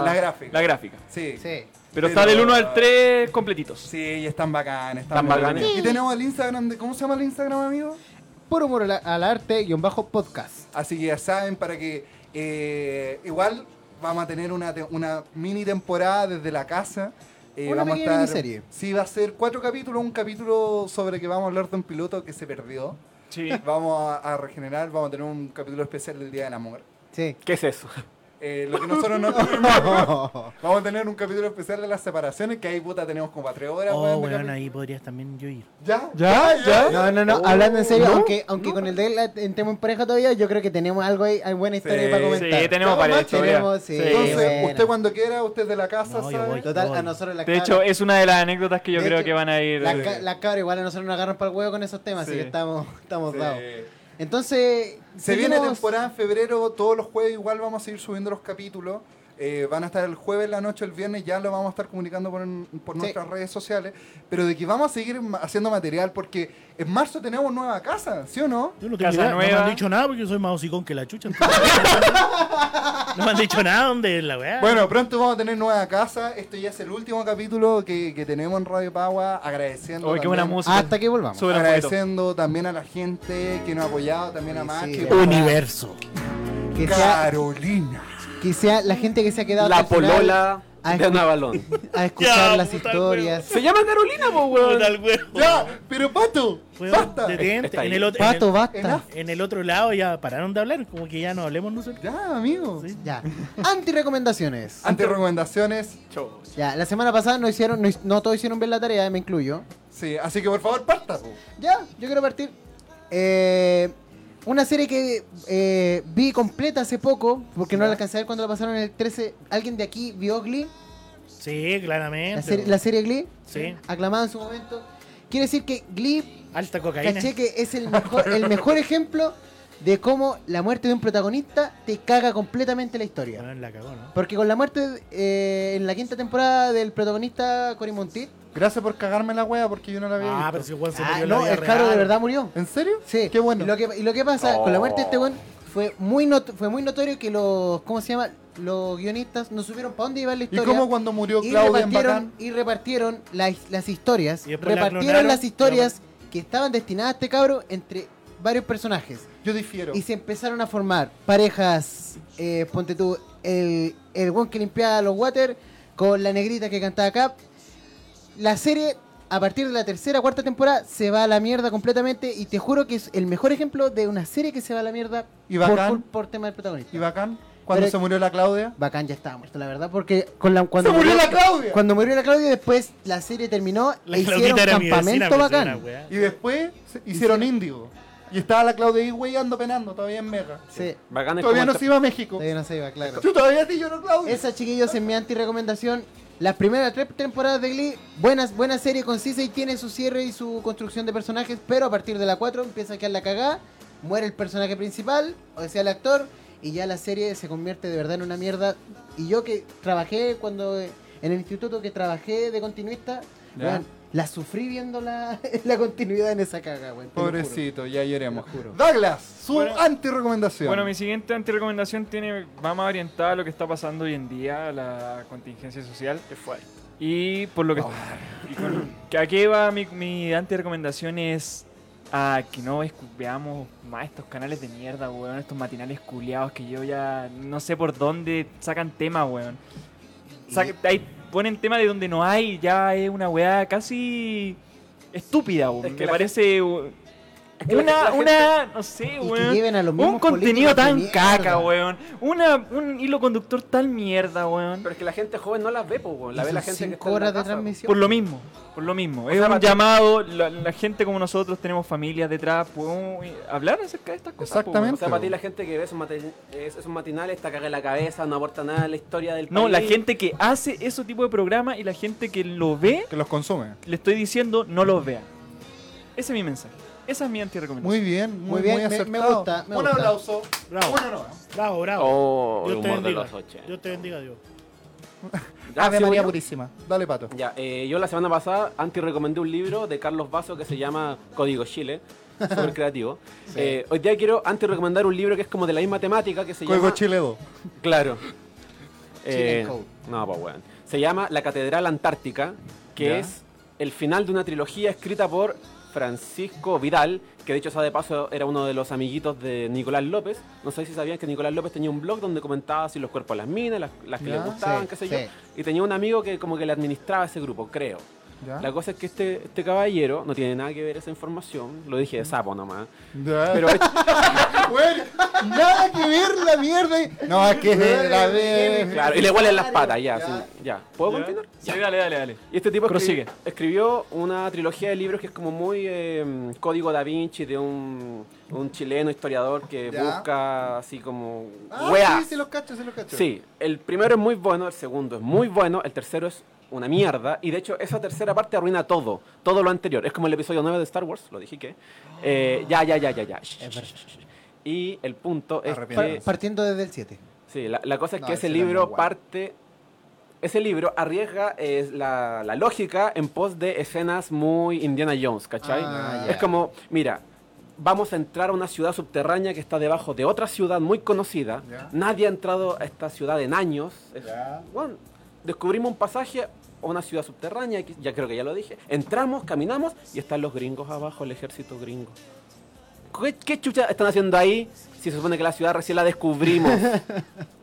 Speaker 4: La- la gráfica.
Speaker 6: la gráfica.
Speaker 4: Sí.
Speaker 3: Sí.
Speaker 6: Pero, está del 1 al 3 completitos.
Speaker 4: Sí, y están bacanes. Están,
Speaker 5: Están bacanes.
Speaker 4: entretenidos. Y tenemos el Instagram de. ¿Cómo se llama el Instagram, amigo?
Speaker 3: Por humor al, al arte y un bajo podcast.
Speaker 4: Así que ya saben, para que eh, igual vamos a tener una, te- una mini temporada desde la casa. Eh,
Speaker 3: Una
Speaker 4: vamos a
Speaker 3: pequeña
Speaker 4: estar,
Speaker 3: miniserie.
Speaker 4: Sí, va a ser cuatro capítulos, un capítulo sobre que vamos a hablar de un piloto que se perdió.
Speaker 6: Sí.
Speaker 4: Vamos a, a regenerar, vamos a tener un capítulo especial del Día del Amor.
Speaker 3: Sí.
Speaker 5: ¿Qué es eso?
Speaker 4: Eh, lo que nosotros no tenemos.
Speaker 3: *laughs*
Speaker 4: Vamos a tener un capítulo especial de las separaciones, que ahí puta tenemos como para tres horas.
Speaker 1: Oh,
Speaker 4: weón, de
Speaker 1: weón,
Speaker 4: capi-
Speaker 1: ahí podrías también yo ir.
Speaker 4: ¿Ya?
Speaker 3: ¿Ya? ¿Ya? No, no, no.
Speaker 5: Oh,
Speaker 3: Hablando en serio,
Speaker 5: no,
Speaker 3: aunque, aunque con el de él entremos en pareja todavía, yo creo que tenemos algo ahí, hay buena historia
Speaker 4: Sí,
Speaker 3: para
Speaker 6: Sí,
Speaker 3: comentar.
Speaker 6: tenemos
Speaker 4: Estamos
Speaker 6: varias
Speaker 4: más
Speaker 6: historias.
Speaker 3: tenemos, sí.
Speaker 4: Entonces,
Speaker 3: buena.
Speaker 4: usted cuando quiera, usted de la casa,
Speaker 1: No, yo
Speaker 4: ¿sabe?
Speaker 1: voy.
Speaker 3: Total,
Speaker 1: Voy.
Speaker 3: a nosotros la
Speaker 6: De hecho, eh, es una de las anécdotas que yo
Speaker 3: De
Speaker 6: creo
Speaker 3: hecho,
Speaker 6: que van a ir.
Speaker 3: Las ca- las cabras igual a nosotros nos agarran para el huevo con esos temas,
Speaker 6: Sí.
Speaker 3: así que estamos, estamos
Speaker 4: Sí.
Speaker 3: dados. Entonces,
Speaker 4: Se viene
Speaker 3: seguimos-
Speaker 4: temporada en febrero, todos los jueves igual vamos a seguir subiendo los capítulos. Eh, van a estar el jueves, la noche, el viernes, ya lo vamos a estar comunicando por, en- por
Speaker 3: Sí.
Speaker 4: nuestras redes sociales. Pero de que vamos a seguir ma- haciendo material porque en marzo tenemos nueva casa, ¿sí o no?
Speaker 1: Yo no tengo
Speaker 6: Casa
Speaker 1: idea, no
Speaker 6: nueva.
Speaker 1: me han dicho nada porque yo soy más hocicón que la chucha. entonces- *laughs* no me han dicho nada, ¿dónde es la weá?
Speaker 4: Bueno, pronto vamos a tener nueva casa. Este ya es el último capítulo que, que tenemos en Radio Pagua. Agradeciendo.
Speaker 6: Oye, Oh, qué
Speaker 3: Ah,
Speaker 6: buena
Speaker 4: también-
Speaker 6: música.
Speaker 3: Hasta que volvamos.
Speaker 6: Sube la foto.
Speaker 4: Agradeciendo también a la gente que nos ha apoyado, también a
Speaker 3: Sí,
Speaker 4: Max.
Speaker 3: sí.
Speaker 1: Universo.
Speaker 3: Que sea,
Speaker 4: Carolina.
Speaker 3: que sea la gente que se ha quedado
Speaker 5: *laughs* La
Speaker 3: hasta el final
Speaker 5: polola
Speaker 3: Ay.
Speaker 5: de Navalón.
Speaker 3: a escuchar
Speaker 1: Ya,
Speaker 3: las
Speaker 1: puta,
Speaker 3: historias.
Speaker 5: Se llama Carolina, po, weón.
Speaker 1: Al huevo.
Speaker 4: Ya, pero Pato,
Speaker 1: Weón,
Speaker 4: basta.
Speaker 1: detente.
Speaker 5: Está ahí.
Speaker 1: En el, otro,
Speaker 3: Pato,
Speaker 4: en
Speaker 3: basta.
Speaker 4: la-
Speaker 1: en el- en el otro lado ya pararon de hablar, como que ya no hablemos nosotros.
Speaker 4: Ya, amigo. Ah.
Speaker 1: Sí.
Speaker 3: Ya. Antirecomendaciones.
Speaker 4: Ante recomendaciones.
Speaker 3: Ya, la semana pasada no hicieron, no, hi- no todos hicieron bien la tarea, me incluyo.
Speaker 4: Sí, así que por favor, parta. po.
Speaker 3: Ya, yo quiero partir. Eh, una serie que eh, vi completa hace poco, porque no la alcancé a ver cuando la pasaron en el 13. ¿Alguien de aquí vio Glee?
Speaker 1: Sí, claramente.
Speaker 3: La, serie- la serie Glee,
Speaker 1: Sí,
Speaker 3: aclamada en su momento. Quiere decir que Glee,
Speaker 1: alta cocaína.
Speaker 3: caché que
Speaker 1: *laughs*
Speaker 3: es el mejor, el mejor ejemplo de cómo la muerte de un protagonista te caga completamente la historia.
Speaker 1: Weón, la cagó, ¿no?
Speaker 3: Porque con la muerte eh, en la quinta temporada del protagonista Cory Monteith,
Speaker 4: Gracias por cagarme la wea porque yo no la había
Speaker 1: Ah, pero
Speaker 4: visto.
Speaker 1: si Juan se
Speaker 3: ah,
Speaker 1: murió en la
Speaker 3: no,
Speaker 1: vida
Speaker 3: el cabro
Speaker 1: real.
Speaker 3: de verdad murió.
Speaker 4: ¿En serio?
Speaker 3: Sí.
Speaker 4: Qué bueno.
Speaker 3: Y lo que, y lo que pasa, con la muerte de
Speaker 1: Oh.
Speaker 3: este weón, fue muy, not- fue muy notorio que los, ¿cómo se llama? Los guionistas no supieron para dónde iba la
Speaker 4: ¿Y
Speaker 3: historia.
Speaker 4: cómo cuando murió
Speaker 3: y
Speaker 4: Claudia en
Speaker 3: repartieron,
Speaker 4: Bacán?
Speaker 3: y repartieron las, las historias.
Speaker 1: Y después la
Speaker 3: repartieron
Speaker 1: clonaron,
Speaker 3: las historias que estaban destinadas a este cabro entre varios personajes.
Speaker 4: Yo difiero.
Speaker 3: Y se empezaron a formar parejas, eh, ponte tú, el, el weón que limpiaba los water con la negrita que cantaba Cap. La serie, a partir de la tercera, cuarta temporada, se va a la mierda completamente y te juro que es el mejor ejemplo de una serie que se va a la mierda
Speaker 4: ¿Y
Speaker 3: por,
Speaker 4: Bacán?
Speaker 3: por- por tema del protagonista.
Speaker 4: ¿Y Bacán? ¿Cuándo
Speaker 3: Pero-
Speaker 4: se murió la Claudia?
Speaker 3: Bacán ya estaba muerto, la verdad, porque con la,
Speaker 4: ¡Se
Speaker 3: cuando
Speaker 4: murió la Claudia!
Speaker 3: cuando murió la Claudia, después la serie terminó
Speaker 1: La
Speaker 3: e hicieron
Speaker 1: Claudita era mi vecina,
Speaker 3: campamento
Speaker 1: pues, era
Speaker 3: bacán.
Speaker 1: una weá.
Speaker 4: Y después se hicieron índigo. Y estaba la Claudia ahí weyando, penando, todavía en Mega.
Speaker 3: Sí,
Speaker 5: Bacán es
Speaker 4: Todavía no
Speaker 5: como
Speaker 4: se
Speaker 5: esta-
Speaker 4: iba a México.
Speaker 3: todavía no se iba, claro.
Speaker 4: Yo todavía te lloro, Claudia.
Speaker 3: Esa, chiquillos, es mi anti-recomendación. Las primeras tres temporadas de Glee, buenas, buena serie concisa y tiene su cierre y su construcción de personajes, pero a partir de la 4 empieza a quedar la cagada, muere el personaje principal, o sea, el actor, y ya la serie se convierte de verdad en una mierda. Y yo que trabajé cuando eh, en el instituto que trabajé de continuista,
Speaker 4: Ya.
Speaker 3: weón, la sufrí viendo la, *laughs* la continuidad en esa caga, weón. te lo juro.
Speaker 4: Pobrecito, ya lloremos.
Speaker 3: Te lo juro.
Speaker 4: Douglas, su
Speaker 6: Bueno-
Speaker 4: anti-recomendación.
Speaker 6: Bueno, mi siguiente antirecomendación tiene, va más orientada a lo que está pasando hoy en día, a la contingencia social. Qué fuerte. Y por lo que...
Speaker 3: Ah.
Speaker 6: y con- que aquí va mi, mi antirecomendación es a que no escu- veamos más estos canales de mierda, weón, estos matinales culiados que yo ya no sé por dónde sacan temas, weón. Sa- ahí ponen tema de donde no hay, ya es una weá casi estúpida, weón.
Speaker 5: Es que
Speaker 6: Me
Speaker 5: la
Speaker 6: parece... weón,
Speaker 5: que la-
Speaker 6: una,
Speaker 5: la gente-
Speaker 6: una, no sé,
Speaker 3: Y que
Speaker 6: weón.
Speaker 3: lleven a los mismos
Speaker 6: Un contenido
Speaker 3: políticos de
Speaker 6: tan
Speaker 3: mierda.
Speaker 6: caca, weón. Una, un hilo conductor tan mierda, weón.
Speaker 5: Pero es que la gente joven no las ve, po, weón. La
Speaker 3: Y
Speaker 5: ve
Speaker 3: son
Speaker 5: la gente que
Speaker 3: cinco
Speaker 5: está en la
Speaker 3: horas de
Speaker 5: casa, po.
Speaker 3: transmisión.
Speaker 6: Por lo mismo, por lo mismo. es
Speaker 5: sea,
Speaker 6: un
Speaker 5: Mateo-
Speaker 6: llamado, la, la gente como nosotros tenemos familias detrás, podemos eh, hablar acerca de estas cosas. po, weón.
Speaker 5: O
Speaker 4: Exactamente.
Speaker 5: sea, para ti la gente que ve esos, matin- es- esos matinales está cagada en la cabeza, no aporta nada a la historia del
Speaker 6: No,
Speaker 5: país.
Speaker 6: la gente que hace ese tipo de programa y la gente que lo ve,
Speaker 4: Que los consume.
Speaker 6: le estoy diciendo, no los vea. Ese es mi mensaje. Esa es mi antirecomendación.
Speaker 4: Muy bien, muy,
Speaker 3: Muy bien,
Speaker 4: muy
Speaker 3: me- me
Speaker 4: acertado.
Speaker 3: gusta, me
Speaker 4: Un
Speaker 3: gusta.
Speaker 4: aplauso.
Speaker 1: Bravo.
Speaker 4: Bueno, no.
Speaker 1: Bravo, bravo.
Speaker 5: Oh, el
Speaker 1: Dios te
Speaker 5: humor de
Speaker 1: bendiga.
Speaker 5: los 80.
Speaker 1: Dios te bendiga, Dios.
Speaker 5: Ya,
Speaker 4: Ave
Speaker 5: ¿sigo
Speaker 4: María
Speaker 5: yo?
Speaker 4: Purísima. Dale, Pato.
Speaker 5: Ya, eh, yo la semana pasada anti-recomendé un libro de Carlos Vaso que se llama
Speaker 3: *laughs*
Speaker 5: Código Chile, súper creativo. Eh, hoy día quiero anti-recomendar un libro que es como de la misma temática que se
Speaker 4: Juego
Speaker 5: llama...
Speaker 4: Chile 2.
Speaker 5: Claro.
Speaker 3: Chile
Speaker 5: Eh,
Speaker 3: Code.
Speaker 5: no, pues weón. Se llama La Catedral Antártica, que
Speaker 4: Ya.
Speaker 5: es el final de una trilogía escrita por Francisco Vidal, que de hecho, sea de paso, era uno de los amiguitos de Nicolás López. No sé si sabían que Nicolás López tenía un blog donde comentaba si los cuerpos de las minas, las, las que
Speaker 4: Ya.
Speaker 5: le gustaban,
Speaker 3: Sí,
Speaker 5: qué sé
Speaker 3: sí.
Speaker 5: yo. Y tenía un amigo que como que le administraba ese grupo, creo.
Speaker 4: Ya.
Speaker 5: La cosa es que este, este caballero no tiene nada que ver esa información, lo dije de sapo nomás.
Speaker 4: Ya.
Speaker 5: Pero
Speaker 4: *laughs* Güey, nada que ver la mierda. No, es que la ve.
Speaker 5: claro, y le huelen las patas, ya.
Speaker 4: Ya.
Speaker 5: sí, ya. ¿Puedo continuar?
Speaker 6: Sí, dale, dale, dale.
Speaker 5: Y este tipo escri-
Speaker 6: Prosigue.
Speaker 5: escribió una trilogía de libros que es como muy eh, código da Vinci de un, un chileno historiador que
Speaker 4: Ya.
Speaker 5: busca así como
Speaker 4: Ah,
Speaker 5: weá.
Speaker 4: sí, se los cacho, se los cacho.
Speaker 5: Sí, el primero es muy bueno, el segundo es muy bueno, el tercero es una mierda y de hecho esa tercera parte arruina todo, todo lo anterior. Es como el episodio 9 de Star Wars, lo dije que. eh, ya, ya, ya, ya, ya.
Speaker 3: Es verdad.
Speaker 5: Y el punto es que
Speaker 4: Arrepiéntanse.
Speaker 3: Partiendo desde el 7.
Speaker 5: Sí, la, la cosa es
Speaker 4: No,
Speaker 5: que
Speaker 4: ese
Speaker 5: ese
Speaker 4: era muy
Speaker 5: libro
Speaker 4: bueno.
Speaker 5: parte. Ese libro arriesga eh, la, la lógica en pos de escenas muy Indiana Jones, ¿cachai?
Speaker 4: Ah,
Speaker 5: Es
Speaker 4: ya.
Speaker 5: como, mira, vamos a entrar a una ciudad subterránea que está debajo de otra ciudad muy conocida.
Speaker 4: Ya.
Speaker 5: Nadie ha entrado a esta ciudad en años. Es- bueno, descubrimos un pasaje a una ciudad subterránea, que ya creo que ya lo dije. Entramos, caminamos y están los gringos abajo, el ejército gringo. ¿Qué, qué chucha están haciendo ahí si se supone que la ciudad recién la descubrimos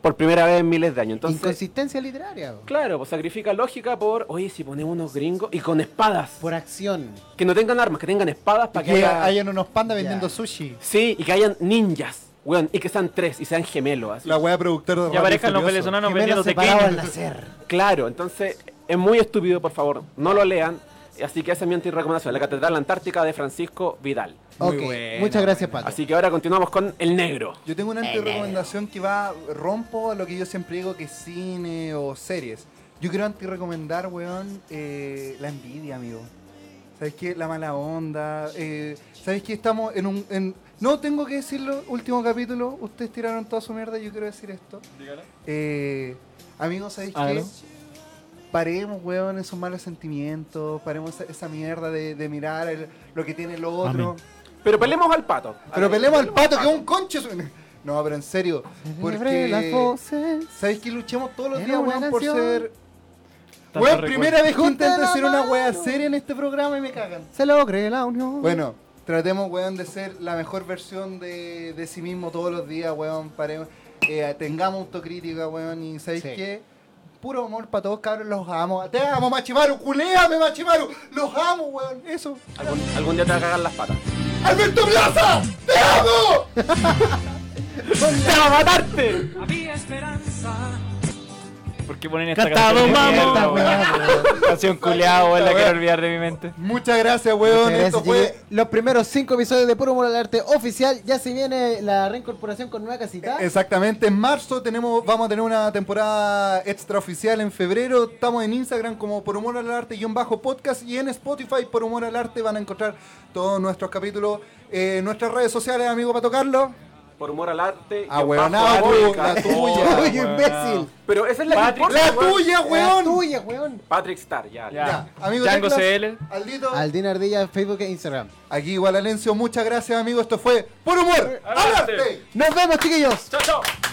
Speaker 5: por primera vez en miles de años? Entonces,
Speaker 3: Inconsistencia literaria. po.
Speaker 5: claro, pues sacrifica lógica por, oye, si ponemos unos gringos y con espadas,
Speaker 3: Por acción.
Speaker 5: que no tengan armas, que tengan espadas para que
Speaker 4: Que
Speaker 5: haya-
Speaker 4: hayan unos pandas
Speaker 3: Ya.
Speaker 4: vendiendo sushi.
Speaker 5: Sí, y que hayan ninjas, weón, y que sean tres y sean gemelos. así.
Speaker 4: La wea productora de
Speaker 6: Y
Speaker 4: Rápido
Speaker 6: aparezcan los
Speaker 4: Furioso.
Speaker 6: venezolanos
Speaker 3: Gemelos
Speaker 6: vendiendo
Speaker 3: separados al
Speaker 6: *laughs* tequila.
Speaker 3: nacer.
Speaker 5: Claro, entonces es muy estúpido, por favor, no lo lean. Así que esa es mi antirrecomendación, la Catedral Antártica de Francisco Vidal.
Speaker 4: Muy
Speaker 3: Ok,
Speaker 4: buena,
Speaker 3: Muchas gracias, Pato.
Speaker 5: Así que ahora continuamos con El Negro.
Speaker 4: Yo tengo una antirecomendación que va rompo a lo que yo siempre digo que es cine o series. Yo quiero antirrecomendar, weón, eh, la envidia, amigo. ¿Sabes qué? La mala onda. eh, ¿Sabes qué? Estamos en un... en- No, tengo que decirlo. Último capítulo. Ustedes tiraron toda su mierda. Yo quiero decir esto. Eh, amigos, ¿sabéis qué?
Speaker 6: Hágalo.
Speaker 4: Paremos, weón, esos malos sentimientos. Paremos esa, esa mierda de, de mirar el- lo que tiene el otro.
Speaker 1: Amén.
Speaker 5: Pero pelemos al pato.
Speaker 4: Pero peleemos al pato, que es un conche. su- *laughs* No, pero en serio.
Speaker 3: Libre las
Speaker 4: Porque.
Speaker 3: voces.
Speaker 4: ¿Sabéis que luchamos todos los
Speaker 3: Era
Speaker 4: días,
Speaker 3: una
Speaker 4: weón, por
Speaker 3: canción.
Speaker 4: ser.
Speaker 6: Tanto
Speaker 4: Weón,
Speaker 6: recuerdo.
Speaker 4: primera vez que intento
Speaker 3: Junta
Speaker 4: hacer
Speaker 3: la
Speaker 4: una
Speaker 3: mano.
Speaker 4: wea seria en este programa y me cagan.
Speaker 3: Se logre la unión.
Speaker 4: Bueno, tratemos, weón, de ser la mejor versión de, de sí mismo todos los días, weón. Paremos, eh, tengamos autocrítica, weón. Y ¿sabéis
Speaker 3: Sí.
Speaker 4: qué? Puro amor para todos, cabros, los amo. Te amo, Machimaru, culéame, Machimaru. Los amo, weón. Eso.
Speaker 5: Algún, algún día te va a cagar las patas.
Speaker 4: ¡Alberto Plaza! ¡Te amo!
Speaker 5: ¡Para matarte!
Speaker 6: ¿Por qué ponen esta
Speaker 1: Cantamos,
Speaker 6: canción? de
Speaker 1: vamos.
Speaker 6: mierda,
Speaker 3: Esta
Speaker 6: weón?
Speaker 3: weá, po.
Speaker 6: Canción culeado, la
Speaker 4: Esta
Speaker 6: quiero
Speaker 4: weá.
Speaker 6: olvidar de mi mente.
Speaker 4: Muchas gracias, weón.
Speaker 3: Muchas
Speaker 4: Esto
Speaker 3: gracias,
Speaker 4: fue.
Speaker 3: chiquillos. Los primeros cinco episodios de Puro Humor al Arte oficial. Ya se viene la reincorporación con nueva casita.
Speaker 4: Exactamente, en marzo tenemos, vamos a tener una temporada extraoficial en febrero. Estamos en Instagram como por humor al arte guión bajo podcast y en Spotify por humor al arte van a encontrar todos nuestros capítulos. Eh, nuestras redes sociales, amigo, para tocarlo.
Speaker 5: Por humor al arte.
Speaker 4: Ah,
Speaker 5: guión
Speaker 4: huevonao,
Speaker 5: bajo,
Speaker 4: tú,
Speaker 5: Patrick.
Speaker 4: la
Speaker 5: Oh.
Speaker 4: tuya.
Speaker 3: Oye,
Speaker 6: weón.
Speaker 3: imbécil.
Speaker 5: Pero esa es la
Speaker 6: Patrick,
Speaker 5: que importa, weón.
Speaker 4: tuya,
Speaker 3: La tuya, weón.
Speaker 5: Patrick Star, ya.
Speaker 6: Ya.
Speaker 5: ya.
Speaker 4: amigo
Speaker 6: Django
Speaker 4: Teclas,
Speaker 6: CL.
Speaker 4: Aldito.
Speaker 3: Aldina Ardilla, Facebook e Instagram.
Speaker 4: Aquí igual Alencio, muchas gracias, amigo. Esto fue por humor al
Speaker 6: Al Arte.
Speaker 4: arte.
Speaker 3: Nos vemos, chiquillos.
Speaker 6: Chao, chao.